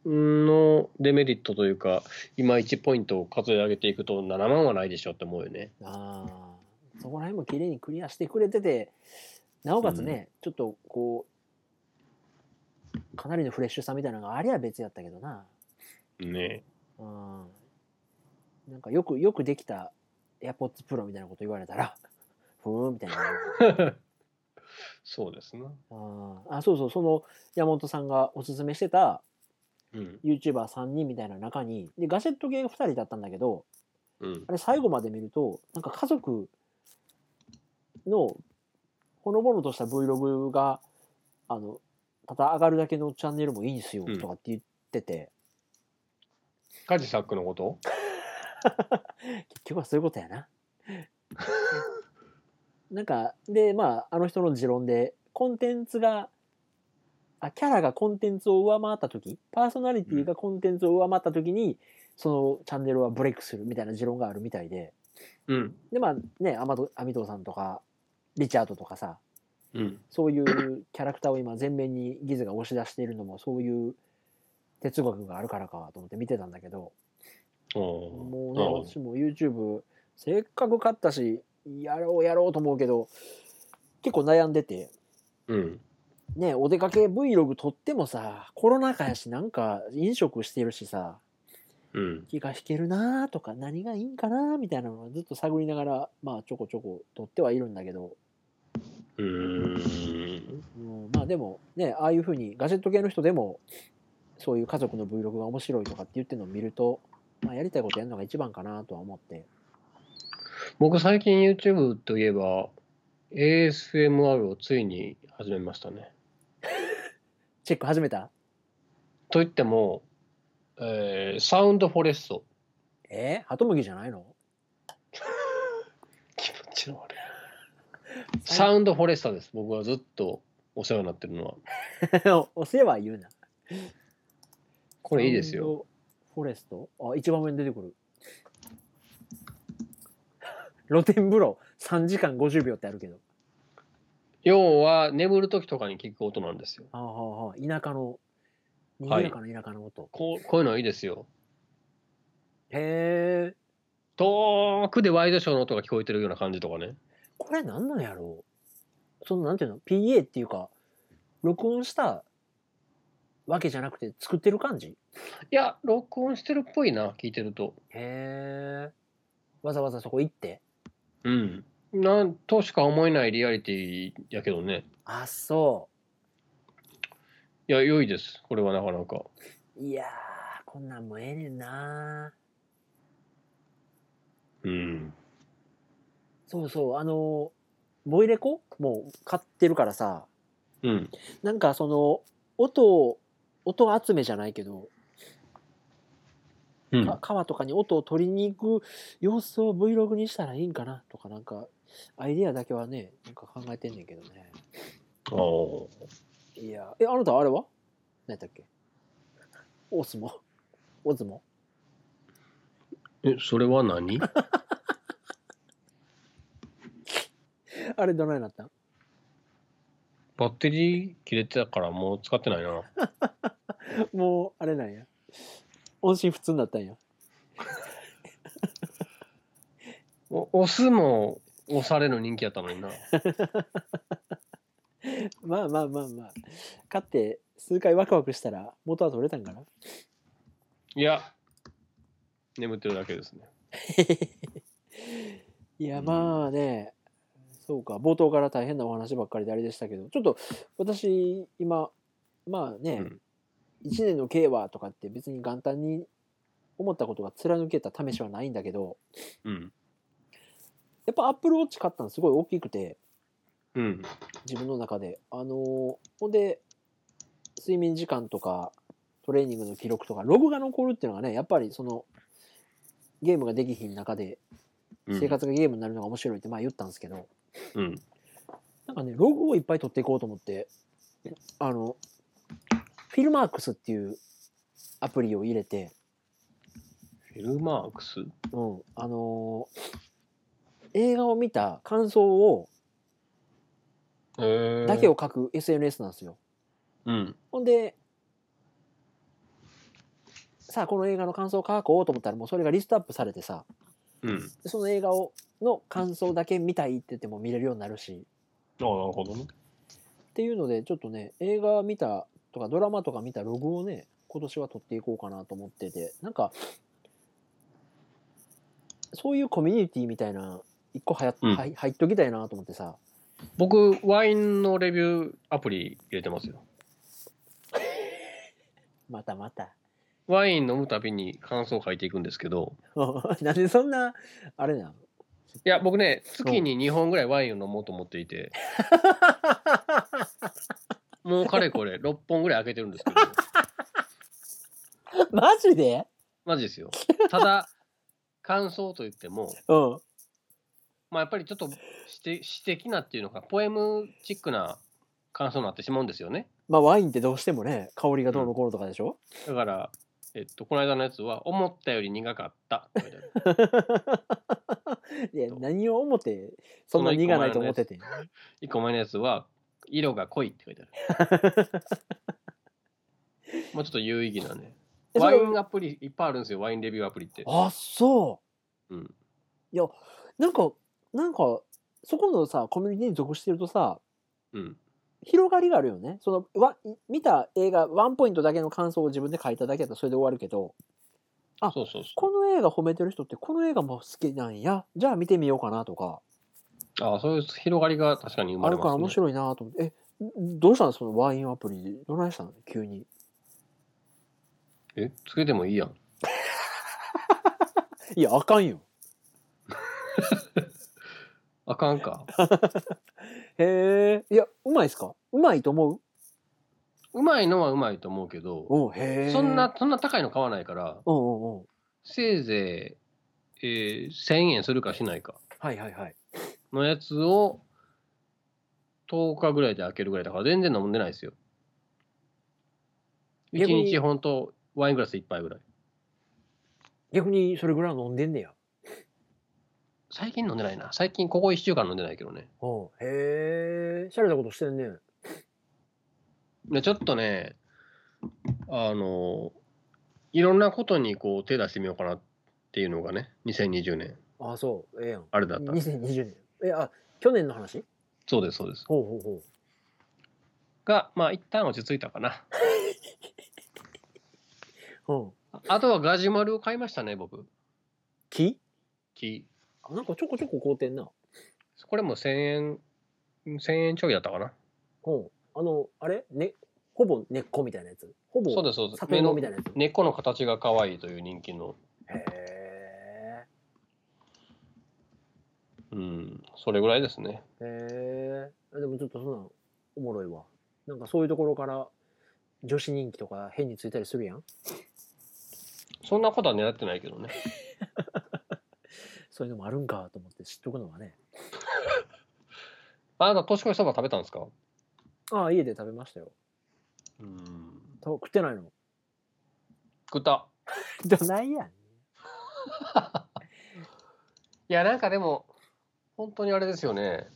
Speaker 1: のデメリットというか、今1ポイントを数え上げていくと7万はないでしょって思うよね。
Speaker 2: ああ、そこら辺も綺麗にクリアしてくれてて、なおかつね、ちょっとこう、かなりのフレッシュさみたいなのがありゃ別やったけどな。
Speaker 1: ね
Speaker 2: うん。なんかよく、よくできた AirPods Pro みたいなこと言われたら、 ふーんみたいな。
Speaker 1: えそうですな。
Speaker 2: うんあ、そうそう、その山本さんがおすすめしてた
Speaker 1: うん。
Speaker 2: YouTuber3 人みたいな中に、で、ガジェット系が2人だったんだけど、
Speaker 1: うん
Speaker 2: あ。れ最後まで見ると、なんか家族のほのぼのとした Vlog が、あの、ただ上がるだけのチャンネルもいいんですよ
Speaker 1: うん
Speaker 2: とかって言ってて、
Speaker 1: カジサックのこと
Speaker 2: 結局はそういうことやな。 なんか、で、まあ、あの人の持論で、コンテンツが、あ、キャラがコンテンツを上回った時パーソナリティがコンテンツを上回った時に、そのチャンネルはブレイクするみたいな持論があるみたいで、
Speaker 1: うん。
Speaker 2: で、まあね、アマドアミトさんとか、リチャードとかさ、
Speaker 1: うん。
Speaker 2: そういうキャラクターを今前面にギズが押し出しているのもそういう哲学があるからかと思って見てたんだけどもうね
Speaker 1: おー
Speaker 2: 私も YouTube せっかく買ったしやろうやろうと思うけど結構悩んでて
Speaker 1: うん。
Speaker 2: ねお出かけ Vlog 撮ってもさコロナ禍やしなんか飲食してるしさ
Speaker 1: うん。
Speaker 2: 気が引けるなとか何がいいんかなみたいなのをずっと探りながらまあちょこちょこ撮ってはいるんだけど
Speaker 1: うーん。
Speaker 2: うん、まあでもねああいうふうにガジェット系の人でもそういう家族の Vlog が面白いとかって言ってるのを見ると、まあ、やりたいことやるのが一番かなとは思って
Speaker 1: 僕最近 YouTube といえば ASMR をついに始めましたね。
Speaker 2: チェック始めた
Speaker 1: といっても、えーサウンドフォレスト。
Speaker 2: えー、ハトムギじゃないの
Speaker 1: 気持ち悪い。 サウンドフォレストです。僕はずっとお世話になってるのは。
Speaker 2: お世話言うな
Speaker 1: これいいですよ。
Speaker 2: サウンドフォレストあ一番上に出てくる 露天風呂3時間50秒ってあるけど
Speaker 1: 要は眠る時とかに聞く音なんですよ。
Speaker 2: あーはーはー田舎の賑やかな田舎の音、
Speaker 1: こうこういうのいいですよ。
Speaker 2: へえ
Speaker 1: 遠くでワイドショーの音が聞こえてるような感じとかね。
Speaker 2: これなんなんやろうそのなんていうの PA っていうか録音したわけじゃなくて作ってる感じ
Speaker 1: いや、録音してるっぽいな、聞いてると。
Speaker 2: へえわざわざそこ行って
Speaker 1: うん。なんとしか思えないリアリティやけどね。
Speaker 2: あそ
Speaker 1: いや、良いです。これはなかなか。
Speaker 2: ういやーこんなんもええねんな
Speaker 1: うん。
Speaker 2: そうそうあのボイレコもう買ってるからさ
Speaker 1: うん。
Speaker 2: なんかその音を音集めじゃないけど、
Speaker 1: うん
Speaker 2: か川とかに音を取りに行く様子を Vlog にしたらいいんかなとかなんかアイデアだけはねなんか考えてんねんけどね
Speaker 1: あー
Speaker 2: いやえあなたあれは何やったっけ大相撲大相撲
Speaker 1: え、それは 何
Speaker 2: あれどないなったん
Speaker 1: バッテリー切れてたからもう使ってないな。
Speaker 2: もうあれなんや音信不通になったんや
Speaker 1: お押すも押されの人気やったのにな。
Speaker 2: まあまあまあまあ勝って数回ワクワクしたら元は取れたんかない
Speaker 1: や、眠ってるだけですね。
Speaker 2: いや
Speaker 1: うん
Speaker 2: まあね、そうか冒頭から大変なお話ばっかりであれでしたけどちょっと私今まあね、
Speaker 1: うん
Speaker 2: 一1年の刑はとかって別に元旦に思ったことが貫けた試しはないんだけど
Speaker 1: うん。
Speaker 2: やっぱアップルウォッチ買ったのすごい大きくて
Speaker 1: うん。
Speaker 2: 自分の中であのーほんで睡眠時間とかトレーニングの記録とかログが残るっていうのがねやっぱりそのゲームができひん中で
Speaker 1: うん
Speaker 2: 生。活がゲームになるのが面白いって前言ったんですけど、
Speaker 1: うん。
Speaker 2: なんかね、ログをいっぱい取っていこうと思って、あの、フィルマークスっていうアプリを入れて、
Speaker 1: フィルマークス
Speaker 2: うん、あのー映画を見た感想を、
Speaker 1: えー
Speaker 2: だけを書く SNS なんですよ。
Speaker 1: うん。
Speaker 2: ほんで、さあ、この映画の感想を書こうと思ったら、もうそれがリストアップされてさ、
Speaker 1: うん。
Speaker 2: その映画をの感想だけ見たいって言っても見れるようになるし、
Speaker 1: ああ、なるほどね。
Speaker 2: っていうので、ちょっとね、映画見たとか、ドラマとか見たログをね、今年は撮っていこうかなと思ってて、なんか、そういうコミュニティみたいな、一個はや、
Speaker 1: うん
Speaker 2: はい入っときたいなと思ってさ、
Speaker 1: 僕、ワインのレビューアプリ入れてますよ。
Speaker 2: またまた。
Speaker 1: ワイン飲むたびに感想を書いていくんですけど、
Speaker 2: なんでそんな、あれなの
Speaker 1: いや、僕ね、月に2本ぐらいワインを飲もうと思ってい て、もうかれこれ6本ぐらい開けてるんですけど、
Speaker 2: マジで
Speaker 1: マジですよ。ただ、感想といっても、
Speaker 2: うん。
Speaker 1: まあ、やっぱりちょっとして詩的なっていうのか、ポエムチックな感想になってしまうんですよね。
Speaker 2: まあワインってどうしてもね、香りがどうのこうのとかでしょ、
Speaker 1: だから、えっと、この間のやつは、思ったより苦かったって書いてある。
Speaker 2: いや何を思って、そんな苦ないと思ってて。
Speaker 1: 1個前のやつは、色が濃いって書いてあ る。もうちょっと有意義なね。
Speaker 2: えそ
Speaker 1: ワ
Speaker 2: れ
Speaker 1: インアプリいっぱいあるんですよ、ワインレビューアプリって。
Speaker 2: あ、そ
Speaker 1: うん、
Speaker 2: う。いや、なんか、なんか、そこのさ、コミュニティに属してるとさ、
Speaker 1: うん、
Speaker 2: 広がりがあるよね。その、わ見た映画、ワンポイントだけの感想を自分で書いただけだとそれで終わるけど、あ
Speaker 1: そうそうそ
Speaker 2: この映画褒めてる人って、この映画も好きなんや。じゃあ見てみようかなとか、
Speaker 1: う。ああ、そういう広がりが確かに生
Speaker 2: あ
Speaker 1: まれ
Speaker 2: るから
Speaker 1: ます、ね
Speaker 2: 面。白いなと思って、え、どうしたのそのワインアプリ、どないしたの急に。
Speaker 1: え、つけてもいいやん。
Speaker 2: いや、あかんよ。
Speaker 1: あかんか。
Speaker 2: へえ。いや、うまいっすかうまいと思う
Speaker 1: うまいのはうまいと思うけど、
Speaker 2: おうへえ。
Speaker 1: そんな、そんな高いの買わないから、
Speaker 2: うんうんうん。
Speaker 1: せいぜい、えー1000円するかしないか
Speaker 2: はいはいはい。
Speaker 1: のやつを10日ぐらいで開けるぐらいだから全然飲んでないですよ。1
Speaker 2: 逆に
Speaker 1: 日ほんとワイングラス1杯ぐらい。
Speaker 2: 逆にそれぐらい飲んでんねや。
Speaker 1: 最近飲んでないな。最近ここ1週間飲んでないけどね。
Speaker 2: おうへえ。シャレたことしてんねん。
Speaker 1: でちょっとね、あの、いろんなことにこう手出してみようかなっていうのがね、2020年、
Speaker 2: あ、そう。ええやん。
Speaker 1: あれだった。
Speaker 2: 2020年。え、あ、去年の話
Speaker 1: そうです、そうです。
Speaker 2: ほうほうほう。
Speaker 1: が、まあ一旦落ち着いたかな。
Speaker 2: うん。
Speaker 1: あとはガジュマルを買いましたね、僕。
Speaker 2: 木
Speaker 1: 木。
Speaker 2: あなんかちょこちょこ凍ってんな。
Speaker 1: これも1000円、1000円ちょいだったかな。
Speaker 2: うん。あの、あれね、ほぼ根っこみたいなやつ。ほぼ
Speaker 1: そうです、そうです。
Speaker 2: 里
Speaker 1: 根
Speaker 2: 芋
Speaker 1: の
Speaker 2: みたいなやつ。
Speaker 1: 根っこの形が可愛いという人気の、
Speaker 2: へ
Speaker 1: うん、それぐらいですね。
Speaker 2: え。へえ。でもちょっとそんなんおもろいわ。なんかそういうところから女子人気とか変についたりするやん。
Speaker 1: そんなことは狙ってないけど ね。
Speaker 2: そういうのもあるんかと思って知っとくのはね。
Speaker 1: あなた、年越しそば食べたんですか
Speaker 2: ああ、家で食べましたよ。
Speaker 1: うん。
Speaker 2: た食って ないの。
Speaker 1: 食った。
Speaker 2: どないやん。
Speaker 1: いや、なんかでも、本当にあれですよね。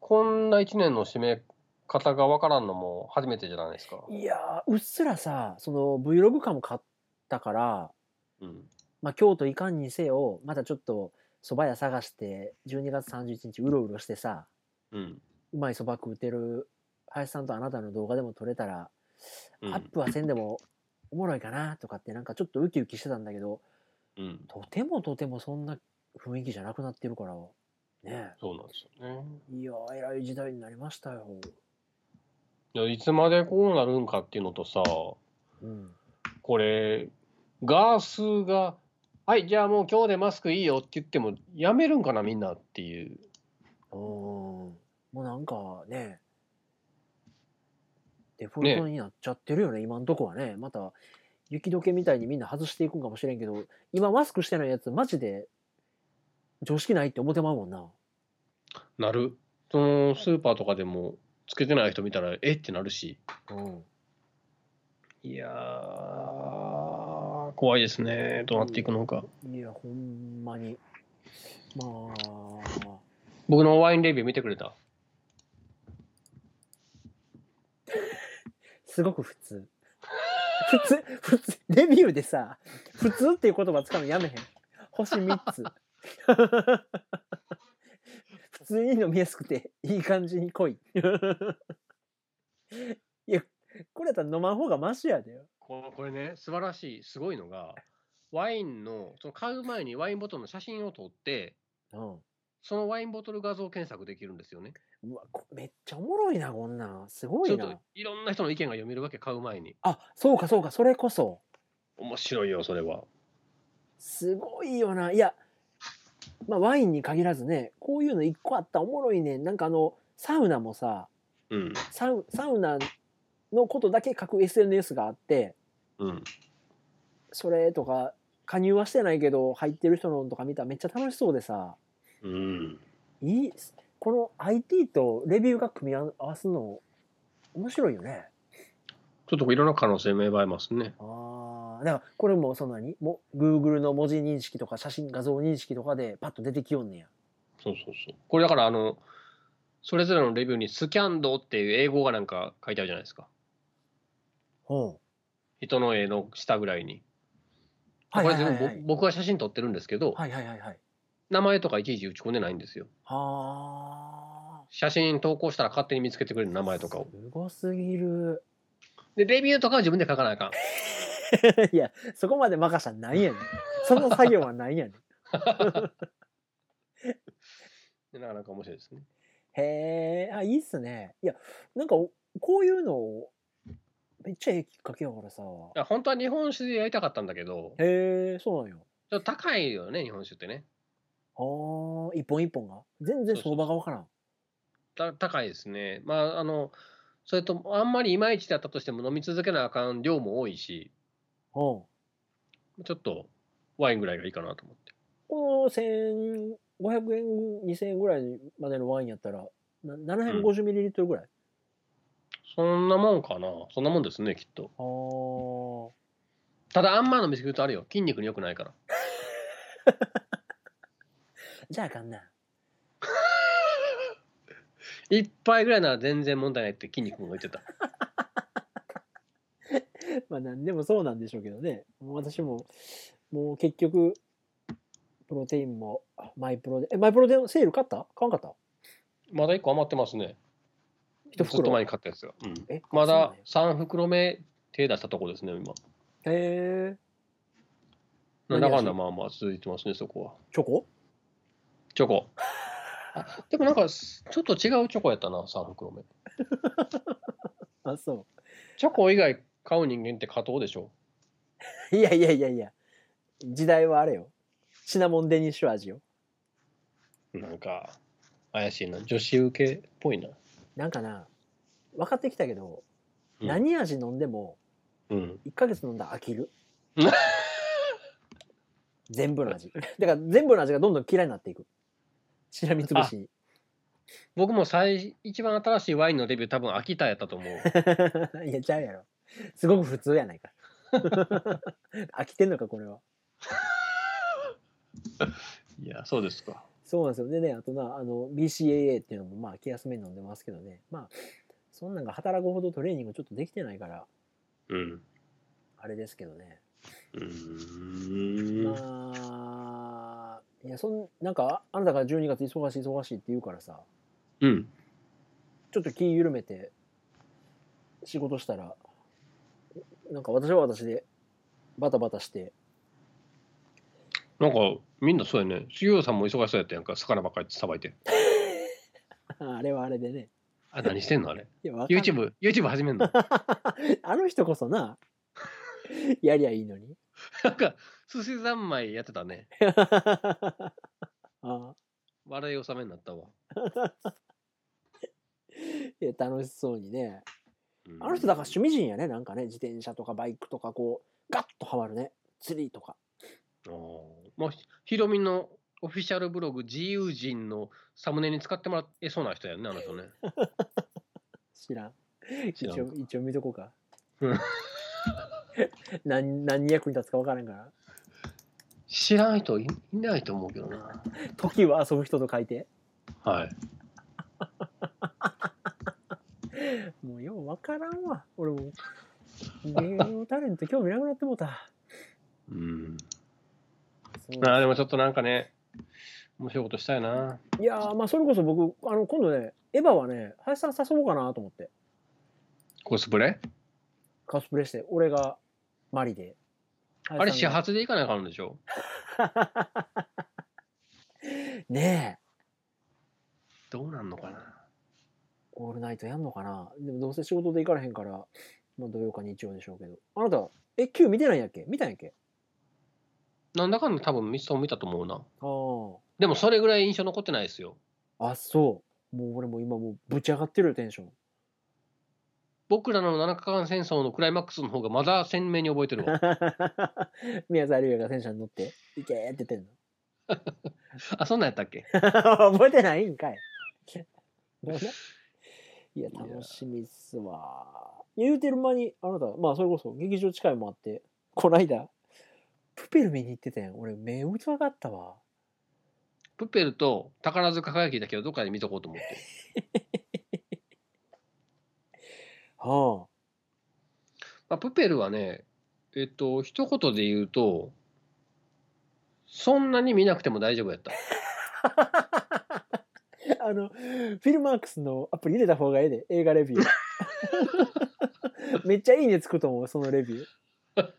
Speaker 1: こんな一年の締め方がわからんのも初めてじゃないですか。
Speaker 2: いやー、うっすらさ、その Vlog 感も買ったから、
Speaker 1: うん。
Speaker 2: まあ京都いかんにせよ、まだちょっと蕎麦屋探して、12月31日うろうろしてさ、
Speaker 1: うん。
Speaker 2: うまい蕎麦食うてる林さんとあなたの動画でも撮れたら、
Speaker 1: うん
Speaker 2: アップはせんでもおもろいかなとかってなんかちょっとウキウキしてたんだけど、
Speaker 1: うん。
Speaker 2: とてもとてもそんな雰囲気じゃなくなってるから、ねえ。
Speaker 1: そうなんですよね。
Speaker 2: いやー、偉い時代になりましたよ。
Speaker 1: いや、いつまでこうなるんかっていうのとさ、
Speaker 2: うん。
Speaker 1: これ、ガースが、はい、じゃあもう今日でマスクいいよって言っても、やめるんかな、みんなっていう。
Speaker 2: うん。もうなんかね、デフォルトになっちゃってるよね、今んとこはね。また、雪解けみたいにみんな外していくんかもしれんけど、今マスクしてないやつ、マジで、常識ないって思ってまうもんな。
Speaker 1: なる。そのスーパーとかでも、つけてない人見たら、えってなるし。
Speaker 2: うん。
Speaker 1: いやー、怖いですね、どうなっていくのか。
Speaker 2: いや、ほんまに。まあ、
Speaker 1: 僕のワインレビュー見てくれた。
Speaker 2: すごく普通。普通、普通、レビューでさ、普通っていう言葉使うのやめへん。星3つ。普通に飲みやすくて、いい感じに濃い。いや、これやったら飲まん方がマシやで。
Speaker 1: ここれね、素晴らしい、すごいのが、ワインの、その買う前にワインボトルの写真を撮って、
Speaker 2: うん。
Speaker 1: そのワインボトル画像検索できるんですよね。
Speaker 2: うわ、こめっちゃおもろいな、こんなん。すご
Speaker 1: ちょ
Speaker 2: い
Speaker 1: っと
Speaker 2: な。
Speaker 1: いろんな人の意見が読めるわけ、買う前に。
Speaker 2: あ、そうかそうか、それこそ。
Speaker 1: 面白いよ、それは。
Speaker 2: すごいよな。いや、まあワインに限らずね、こういうの一個あったらおもろいね。なんかあの、サウナもさ、
Speaker 1: うん。
Speaker 2: サウサウナのことだけ書く SNS があって、
Speaker 1: うん。
Speaker 2: それとか、加入はしてないけど、入ってる人のとか見たらめっちゃ楽しそうでさ、
Speaker 1: うん。
Speaker 2: いい、この IT とレビューが組み合わすの、面白いよね。
Speaker 1: ちょっといろんな可能性芽生えますね。
Speaker 2: ああ、だからこれもそんなに、も Google の文字認識とか写真、画像認識とかでパッと出てきよんねや。
Speaker 1: そうそうそう。これだから、あの、それぞれのレビューにスキャンドっていう英語がなんか書いてあるじゃないですか。
Speaker 2: ほ
Speaker 1: 人の絵の下ぐらいに。
Speaker 2: うはいはいはい
Speaker 1: これ全
Speaker 2: は
Speaker 1: 部
Speaker 2: い。
Speaker 1: ぼ僕は写真撮ってるんですけど、
Speaker 2: はいはいはいはい。
Speaker 1: 名前とかいちいち打ち込んでないんですよ。
Speaker 2: はあ。
Speaker 1: 写真投稿したら勝手に見つけてくれる名前とかを。
Speaker 2: すごすぎる。
Speaker 1: で、レビューとかは自分で書かないかん。
Speaker 2: いや、そこまで任したらないやねん。その作業はないやねん。
Speaker 1: でなかなか面白いですね。
Speaker 2: へえ、あ、いいっすね。いや、なんか、こういうのを、めっちゃええきっかけやからさ。
Speaker 1: いや本当は日本酒でやりたかったんだけど、ちょっ
Speaker 2: へえ、そうなんよ。
Speaker 1: と高いよね、日本酒ってね。
Speaker 2: ああ、一本一本が。全然相場がわからん。
Speaker 1: た高いですね。まあ、あの、それと、あんまりいまいちだったとしても飲み続けなあかん量も多いし、
Speaker 2: うん。
Speaker 1: ちょっとワインぐらいがいいかなと思って。
Speaker 2: この1500円、2000円ぐらいまでのワインやったら、な 750ml ぐらい。
Speaker 1: そんなもんかな。そんなもんですね、きっと。ただ、あんま飲みすぎるとあれよ。筋肉に良くないから。
Speaker 2: ああ。じゃああかんな。
Speaker 1: 一杯ぐらいなら全然問題ないって筋肉も言ってた。
Speaker 2: まあ何でもそうなんでしょうけどね。もう私も、もう結局、プロテインも、マイプロで、え、マイプロでセール買った買わんかった
Speaker 1: まだ1個余ってますね。
Speaker 2: 一
Speaker 1: ずっと前
Speaker 2: 袋。
Speaker 1: に買ったやつが。うん
Speaker 2: え
Speaker 1: ま
Speaker 2: そうなん
Speaker 1: だ
Speaker 2: や
Speaker 1: 3袋目手出したとこですね、今。
Speaker 2: へえ。
Speaker 1: なんだかんだ
Speaker 2: 何味
Speaker 1: まあまあ続いてますね、そこは。
Speaker 2: チョコ
Speaker 1: チョ コ。あでもなんか、すちょっと違うチョコやったな、3袋目。
Speaker 2: あ、そ
Speaker 1: チョコ以外買う人間って加糖でしょ。
Speaker 2: う。い やいやいやいや。時代はあれよ。シナモンデニッシュ味よ。
Speaker 1: なんか、怪しいな。女子受けっぽいな。
Speaker 2: なんかな、分かってきたけど、
Speaker 1: うん
Speaker 2: 何味飲んでも、
Speaker 1: うん。
Speaker 2: 1ヶ月飲んだら飽 きる全部の味だから全部の味がどんどん嫌いになっていくしらみつぶしに
Speaker 1: 僕も最、一番新しいワインのレビュー多分秋田やったと思う。
Speaker 2: いやちゃうやろすごく普通やないか 飽きてんのかこれはい
Speaker 1: や、そうですか。
Speaker 2: そうなんですよでねあとなあの BCAA っていうのもまあ気休めに飲んでますけどねまあそんなんが働くほどトレーニングちょっとできてないから
Speaker 1: うん。
Speaker 2: あれですけどね
Speaker 1: うーん。
Speaker 2: まあいやそんなんかああなたが12月忙しい忙しいって言うからさ
Speaker 1: うん。
Speaker 2: ちょっと気緩めて仕事したら、なんか私は私でバタバタして、
Speaker 1: なんか、みんなそうやね。杉浦さんも忙しそうやったやんか。魚ばっかりさばいて。
Speaker 2: あれはあれでね。
Speaker 1: あ、何してんのあ れ。
Speaker 2: いや、わかん
Speaker 1: YouTube、YouTube 始めんの
Speaker 2: あの人こそな、やりゃいいのに。
Speaker 1: なんか、寿司三昧やってたね。
Speaker 2: ああ
Speaker 1: 笑い納めになったわ。
Speaker 2: いや楽しそうにね。
Speaker 1: うん
Speaker 2: あの人だから趣味人やね、なんかね、自転車とかバイクとかこう、ガッとハマるね。釣りとか。
Speaker 1: あーまあ、ひひろみのオフィシャルブログ、自由人のサムネに使ってもらえそうな人やんね、あの人ね。
Speaker 2: 知らん。
Speaker 1: 知らん
Speaker 2: 一応、一応見とこうか
Speaker 1: うん。
Speaker 2: 何、何に役に立つか分からんから。
Speaker 1: 知らん人いいないと思うけどな。
Speaker 2: 時は遊ぶ人と書いて。
Speaker 1: はい。
Speaker 2: もうようわからんわ。俺もう。芸能タレント興味なくなってもうた。
Speaker 1: うん。
Speaker 2: そう
Speaker 1: ああ、でもちょっとなんかね、面白いことしたいな。
Speaker 2: いやーまあそれこそ僕あの今度ねエヴァはね林さん誘おうかなと思って
Speaker 1: コスプレ
Speaker 2: コスプレして俺がマリで
Speaker 1: あれ、始
Speaker 2: 林
Speaker 1: 発で行かなあかんのでしょ
Speaker 2: さんがねえ
Speaker 1: どうなんのかな。
Speaker 2: オールナイトやんのかなでもどうせ仕事で行かれへんから、まあ、土曜か日曜でしょうけどあなたえ Q 見てないんやっけ見たんやっけ
Speaker 1: なんだかんだ多分ミストを見たと思うな。
Speaker 2: あー
Speaker 1: でもそれぐらい印象残ってないですよ。
Speaker 2: あそうもう俺もう今もうぶち上がってるよテンシ ョン
Speaker 1: 僕らの7日間戦争のクライマックスの方がまだ鮮明に覚えて るわ。
Speaker 2: 宮沢りえが戦車に乗って「いけ!」って言ってんの
Speaker 1: あ、そんなんやったっけ
Speaker 2: 覚えてないんか いどうないや
Speaker 1: いや
Speaker 2: 楽しみっすわ言うてる間にあなたまあそれこそ劇場近いもあってこないだプペル見に行ってたやん俺目疑ったわ
Speaker 1: プペルと宝塚輝きだけどどっかで見とこうと思って。
Speaker 2: は
Speaker 1: まあ、プペルはね、えっと、一言で言うと、そんなに見なくても大丈夫や った。
Speaker 2: ああのフィルマークスのアプリ入れた方がええで映画レ ビューめっちゃいいねつくと思うそのレビュー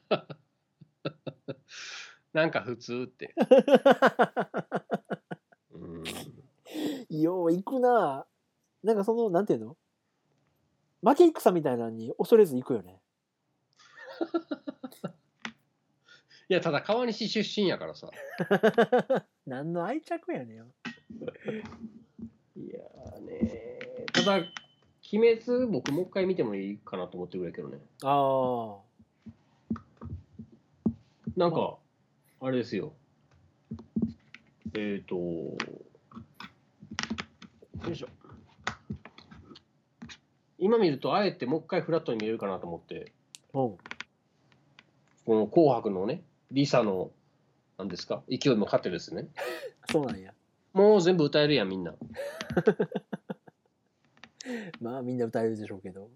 Speaker 1: なんか普通って。うん。
Speaker 2: よう行くなぁなんかそのなんていうの負け戦みたいなのに恐れず行くよね
Speaker 1: いや、ただ川西出身やからさ。
Speaker 2: 何の愛着やねん
Speaker 1: いやーねーただ、鬼滅、僕もう一回見てもいいかなと思ってるぐらいやけどね。
Speaker 2: あ
Speaker 1: なんか、あれですよ。えっ、ー、と、よいしょ。今見ると、あえてもう一回フラットに見れるかなと思って、
Speaker 2: あうん
Speaker 1: この紅白のね、リサの、なんですか、勢いも勝ってですね。
Speaker 2: そうなんや
Speaker 1: もう全部歌えるやん、みんな。
Speaker 2: まあみんな歌えるでしょうけど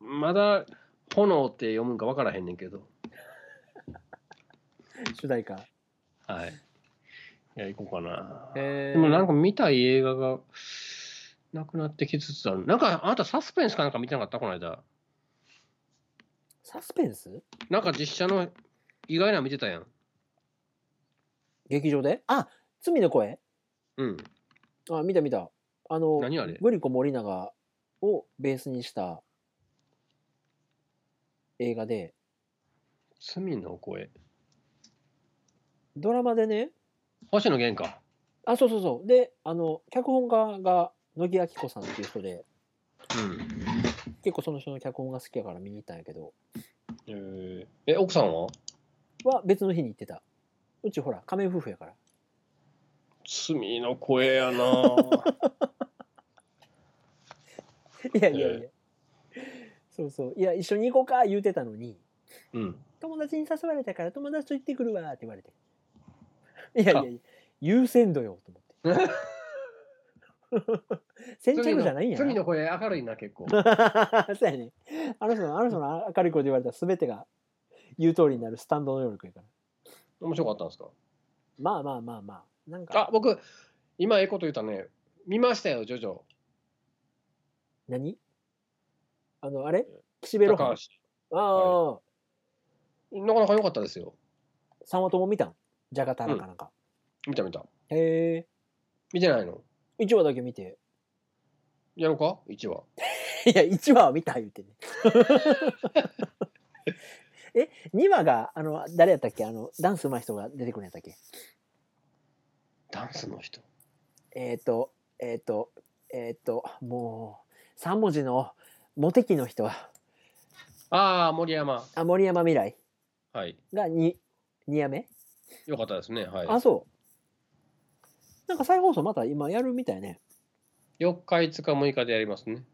Speaker 1: まだ、炎って読むんか分からへんねんけど。
Speaker 2: 主題歌
Speaker 1: はい。いや、行こうかな。
Speaker 2: え
Speaker 1: でもなんか見たい映画がなくなってきつつある。なんかあなたサスペンスかなんか見てなかったこの間。
Speaker 2: サスペンス
Speaker 1: なんか実写の意外なの見てたやん。
Speaker 2: 劇場であ罪の声
Speaker 1: うん。
Speaker 2: あ見た見たあの
Speaker 1: 何あれ
Speaker 2: グリコ森永をベースにした映画で
Speaker 1: 罪の声。
Speaker 2: ドラマでね
Speaker 1: 星野源か。
Speaker 2: あそうそうそうであの脚本家が乃木明子さんっていう人で
Speaker 1: うん。
Speaker 2: 結構その人の脚本が好きやから見に行ったんやけど
Speaker 1: えーえ、奥さんは
Speaker 2: は別の日に行ってたうちほら仮面夫婦やから
Speaker 1: 罪の声やなぁ
Speaker 2: いやいやいや、そうそういや一緒に行こうか言うてたのに
Speaker 1: うん。
Speaker 2: 友達に誘われたから友達と行ってくるわって言われていやいやいや優先度よと思って 先着じゃないんや
Speaker 1: 罪
Speaker 2: な
Speaker 1: の声明るいな、結 構。
Speaker 2: そうやねあの人のあの人の明るい声で言われたら全てが言う通りになるスタンド能力やから
Speaker 1: 面白かったんですか
Speaker 2: まあまあまあまあなんか
Speaker 1: あ、僕、今ええこと言ったね。見ましたよ、ジョジョ。
Speaker 2: 何あのあれ岸辺露伴
Speaker 1: 高
Speaker 2: ああ、
Speaker 1: 橋なかなか良かったですよ。
Speaker 2: 三話とも見たんじゃがたらかなんか、
Speaker 1: 見た見た。
Speaker 2: へえ
Speaker 1: 見てないの
Speaker 2: 1話だけ見て
Speaker 1: やろうか ?1 話。
Speaker 2: いや1話は見た言うてねえ2話があの誰やったっけあのダンス上手い人が出てくるんやったっけ
Speaker 1: ダンスの人。
Speaker 2: えっ、ー、とえっ、ー、とえっ、ー、ともう3文字のモテ期の人は
Speaker 1: ああ、森山。
Speaker 2: あ森山未来
Speaker 1: はい。
Speaker 2: が 2, 2夜目
Speaker 1: よかったですね。はい。
Speaker 2: あそうなんか再放送また今やるみたいね
Speaker 1: 4日、5日、6日でやりますね。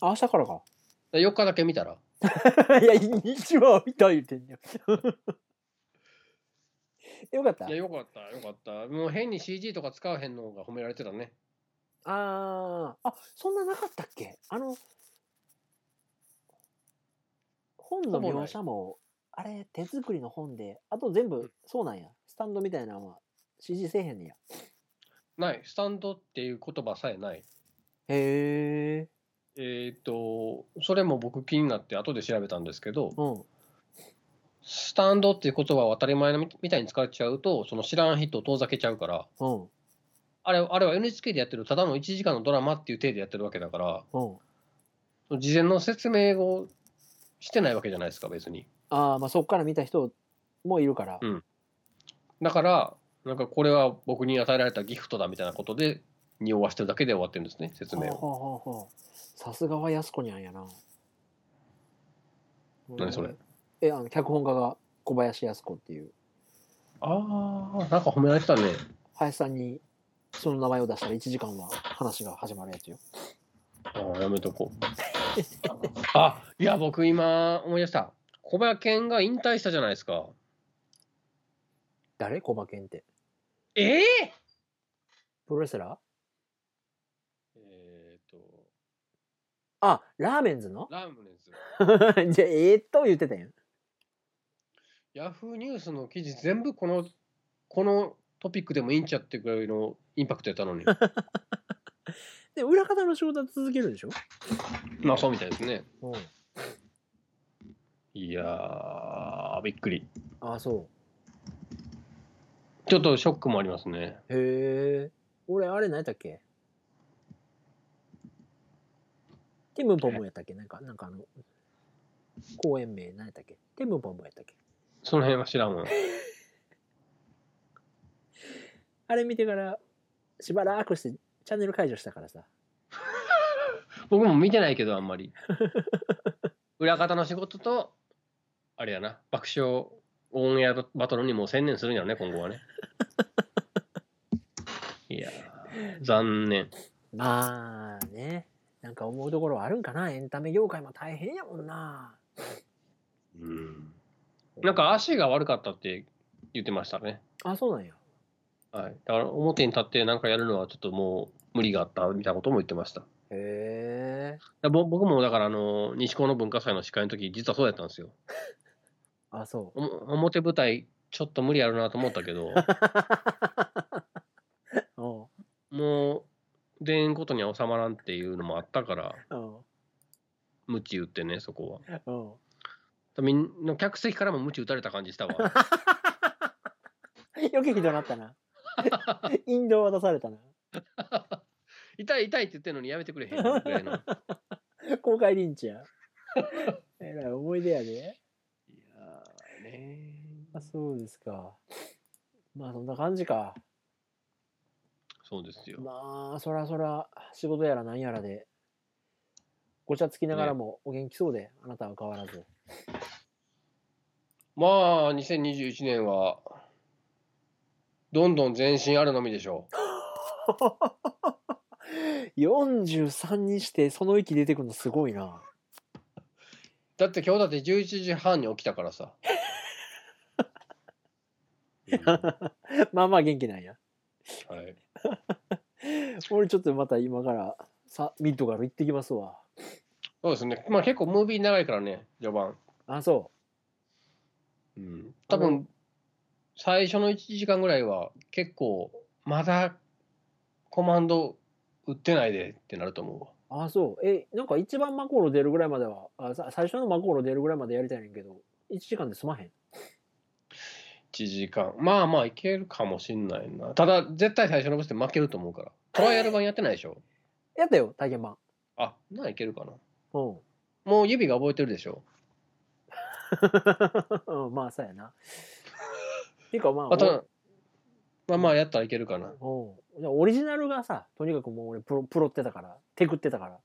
Speaker 2: あ明日からか
Speaker 1: 4日だけ見たら。
Speaker 2: いや1話は見た言うてんね んよかった
Speaker 1: いや、よかった、よかった。もう変に CG とか使わへんのが褒められてたね。
Speaker 2: あーあそんななかったっけあの本の描写もあれ手作りの本であと全部そうなんやスタンドみたいなのは CG せえへんねや
Speaker 1: ない、スタンドっていう言葉さえない。
Speaker 2: へえ
Speaker 1: えっ、と、それも僕気になって後で調べたんですけど、
Speaker 2: うん
Speaker 1: スタンドっていう言葉を当たり前みみたいに使っちゃうと、その知らん人を遠ざけちゃうから、
Speaker 2: うん
Speaker 1: あれあれは NHK でやってるただの1時間のドラマっていう体でやってるわけだから、
Speaker 2: うん
Speaker 1: その事前の説明をしてないわけじゃないですか、別に。
Speaker 2: ああまあそっから見た人もいるから、
Speaker 1: うんだから、なんかこれは僕に与えられたギフトだみたいなことで、匂わしてるだけで終わってるんですね、説
Speaker 2: ほう
Speaker 1: 明
Speaker 2: ほう
Speaker 1: を。
Speaker 2: ほうほうさすがは安子にゃんやな
Speaker 1: 何それ
Speaker 2: えあの脚本家が小林靖子っていう
Speaker 1: ああ、なんか褒められてたね。
Speaker 2: 林さんにその名前を出したら1時間は話が始まるやつよ
Speaker 1: ああ、やめとこう。 あいや、僕今思い出した。小林健が引退したじゃないですか。
Speaker 2: 誰小馬健って
Speaker 1: ええ
Speaker 2: プロレスラー
Speaker 1: えっと、
Speaker 2: あラーメンズの
Speaker 1: ラムネズ。
Speaker 2: じゃあえー、っと言ってたやん
Speaker 1: ヤフーニュースの記事全部この、このトピックでもいいんちゃってぐらいのインパクトやったのに。
Speaker 2: で裏方の仕事は続けるでしょ、
Speaker 1: まあそうみたいですね。
Speaker 2: うん、
Speaker 1: いやー、びっくり。
Speaker 2: ああそう
Speaker 1: ちょっとショックもありますね。
Speaker 2: へえ。俺、あれ何やったっけティムポムやったっけなんか、なんかあの、公演名何やったっけティムポムやったっけ
Speaker 1: その辺は知らんわ。
Speaker 2: あれ見てから、しばらくしてチャンネル解除したからさ。
Speaker 1: 僕も見てないけど、あんまり。裏方の仕事と、あれやな、爆笑オンエアバトルにもう専念するんやろね、今後はね。いやー、残念。
Speaker 2: まあね、なんか思うところはあるんかなエンタメ業界も大変やもんな。
Speaker 1: うん。なん、か足が悪かったって言ってましたね。
Speaker 2: あ、そうなんや。
Speaker 1: はい。だから表に立ってなんかやるのはちょっともう無理があったみたいなことも言ってました。
Speaker 2: へえ。
Speaker 1: だぼ僕もだからあの、西高の文化祭の司会の時、実はそうやったんですよ。
Speaker 2: あ、そ
Speaker 1: お
Speaker 2: う。
Speaker 1: も表舞台、ちょっと無理やるなと思ったけど。
Speaker 2: おう
Speaker 1: もう、出んことには収まらんっていうのもあったから、
Speaker 2: お
Speaker 1: 無知打ってね、そこは。
Speaker 2: う おう
Speaker 1: みんな客席からも無知打たれた感じした わ。
Speaker 2: 余計ひどなったな。 インドを渡されたな。
Speaker 1: 痛い痛いって言ってんのにやめてくれへんぐらいの。いや
Speaker 2: 公開リンチ や。えらい思い出やで。
Speaker 1: ーね
Speaker 2: あ、そうですか。まあそんな感じか。
Speaker 1: そうですよ。
Speaker 2: まあそらそら仕事やら何やらで、ごちゃつきながらもお元気そうで、あなたは変わらず。
Speaker 1: まあ、2021年は、どんどん前進あるのみでしょう。
Speaker 2: 43にしてその息出てくるのすごいな。
Speaker 1: だって今日だって11時半に起きたからさ。 うんは
Speaker 2: まあまあ元気なんや。
Speaker 1: い、
Speaker 2: 俺ちょっとまた今からさミッドガル行ってきますわ。
Speaker 1: そうですね。まあ結構ムービー長いからね、序盤。
Speaker 2: あ、そ
Speaker 1: うん多分最初の1時間ぐらいは結構まだコマンド打ってないでってなると思うわ
Speaker 2: う。あ、そう。え、なんか一番マコーロ出るぐらいまでは、あさ最初のマコーロ出るぐらいまでやりたいねんけど、1時間で済まへん。
Speaker 1: 1時間まあまあいけるかもしんないなただ絶対最初のボスで負けると思うからトライアル版やってないでしょ
Speaker 2: やったよ、体験版。
Speaker 1: あなんかいけるかな
Speaker 2: うん。
Speaker 1: もう指が覚えてるでしょ
Speaker 2: うんまあそうやな。ていうかまあ、
Speaker 1: あとまあまあやったらいけるかな
Speaker 2: おうんオリジナルがさ、とにかくもう俺プロプロってたから、テクって たから。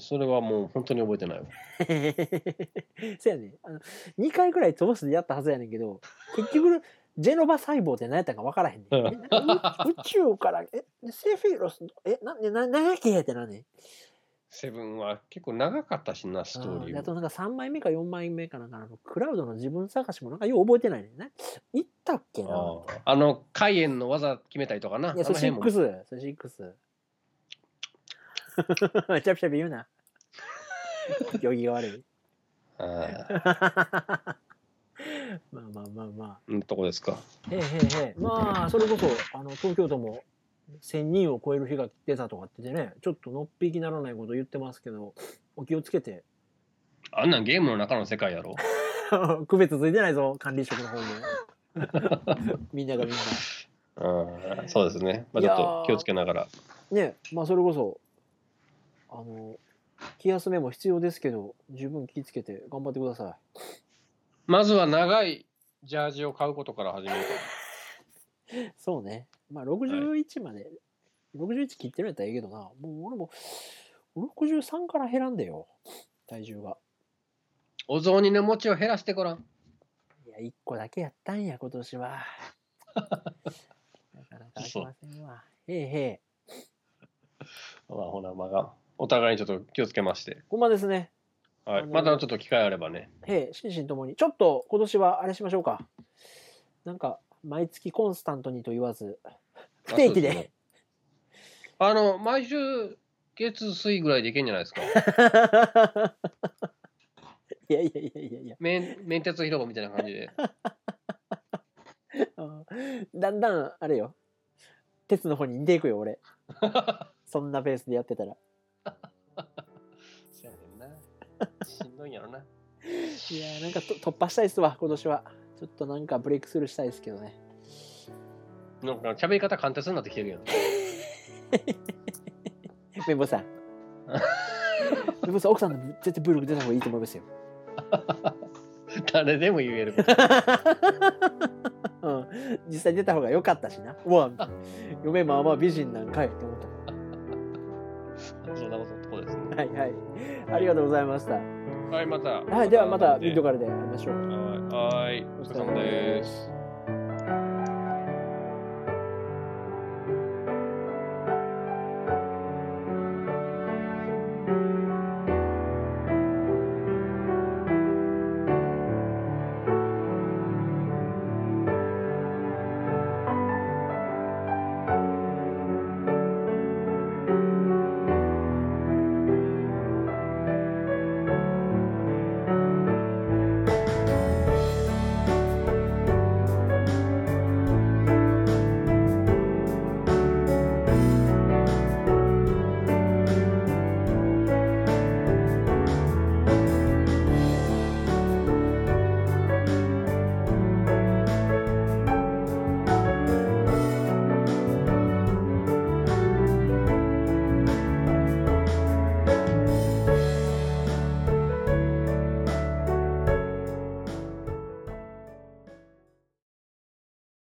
Speaker 1: それはもう本当に覚えてないわ
Speaker 2: そうやねあの。2回くらい飛ばすでやったはずやねんけど、結局、ジェノバ細胞って何やったんか分からへんねん。
Speaker 1: う
Speaker 2: え宇宙から、え、セフィロス、え、な、な、な、なんやっけってなんねん。
Speaker 1: セブンは結構長かったしな、ストーリ
Speaker 2: あ
Speaker 1: ー
Speaker 2: あと
Speaker 1: も。
Speaker 2: なんか3枚目か4枚目かなんかのクラウドの自分探しもなんかよう覚えてないねんね。行ったっけな
Speaker 1: あーあの、カイエンの技決めたりとかな。あ
Speaker 2: い
Speaker 1: の
Speaker 2: や、それ
Speaker 1: 辺
Speaker 2: シッ
Speaker 1: も
Speaker 2: クス。それシック ス。チャピチャピ言うな。行儀が悪い。
Speaker 1: あー
Speaker 2: まあまあまあまあ。
Speaker 1: うん、とこですか。
Speaker 2: へえへえへえ。まあ、それこそ、あの、東京都も1000人を超える日が出たとかってね、ちょっとのっぴきならないこと言ってますけど、お気をつけて。
Speaker 1: あんなんゲームの中の世界やろ。
Speaker 2: 区別ついてないぞ、管理職 の方も。みんながみんな。
Speaker 1: うんそうですね。まあ、ちょっと気をつけながら。
Speaker 2: ねまあそれこそあの気休めも必要ですけど十分気ぃつけて頑張ってくださ
Speaker 1: まずは長いジャージを買うことから始める
Speaker 2: いそうねまあ61まで、61切ってるんやったらええけどなもう俺も63から減らんでよ体重が
Speaker 1: お雑煮の餅を減らしてごらん。
Speaker 2: いや1個だけやったんや今年は なかなかあきませんわへえへえ
Speaker 1: まあ、ほな、まが。お互いにちょっと気をつけまして。
Speaker 2: ほんまですね
Speaker 1: は
Speaker 2: あ
Speaker 1: い。
Speaker 2: の
Speaker 1: またちょっと機会あればね。
Speaker 2: へえ心身ともにちょっと今年はあれしましょうかなんか毎月コンスタントにと言わず不
Speaker 1: あそ
Speaker 2: 定期
Speaker 1: う
Speaker 2: です
Speaker 1: ねあの、毎週月水ぐらいでいけんじゃないですか。
Speaker 2: いやいやいやいやいや
Speaker 1: 面面鉄広場みたいな感じで。
Speaker 2: あーだんだんあれよ鉄の方に似ていくよ俺そんなペースでやってたら
Speaker 1: そうやねんな。 しんどいんやろな。
Speaker 2: いやーなんかと突破したいっすわ今年はちょっとなんかブレイクスルーしたいっすけどね
Speaker 1: なんか喋り方簡単そうになってきてるやん。
Speaker 2: メンボさんメンボさん奥さんの絶対ブログ出た方がいいと思いますよ、
Speaker 1: 誰でも言える。
Speaker 2: うん、実際出た方が良かったしなうわ嫁まあまあ美人なんかいって思った
Speaker 1: そんなこととこですね。
Speaker 2: はいはいありがとうございました
Speaker 1: はい、また。
Speaker 2: はいではまたビデオからで会いましょう
Speaker 1: はい。はい。お疲れ様です。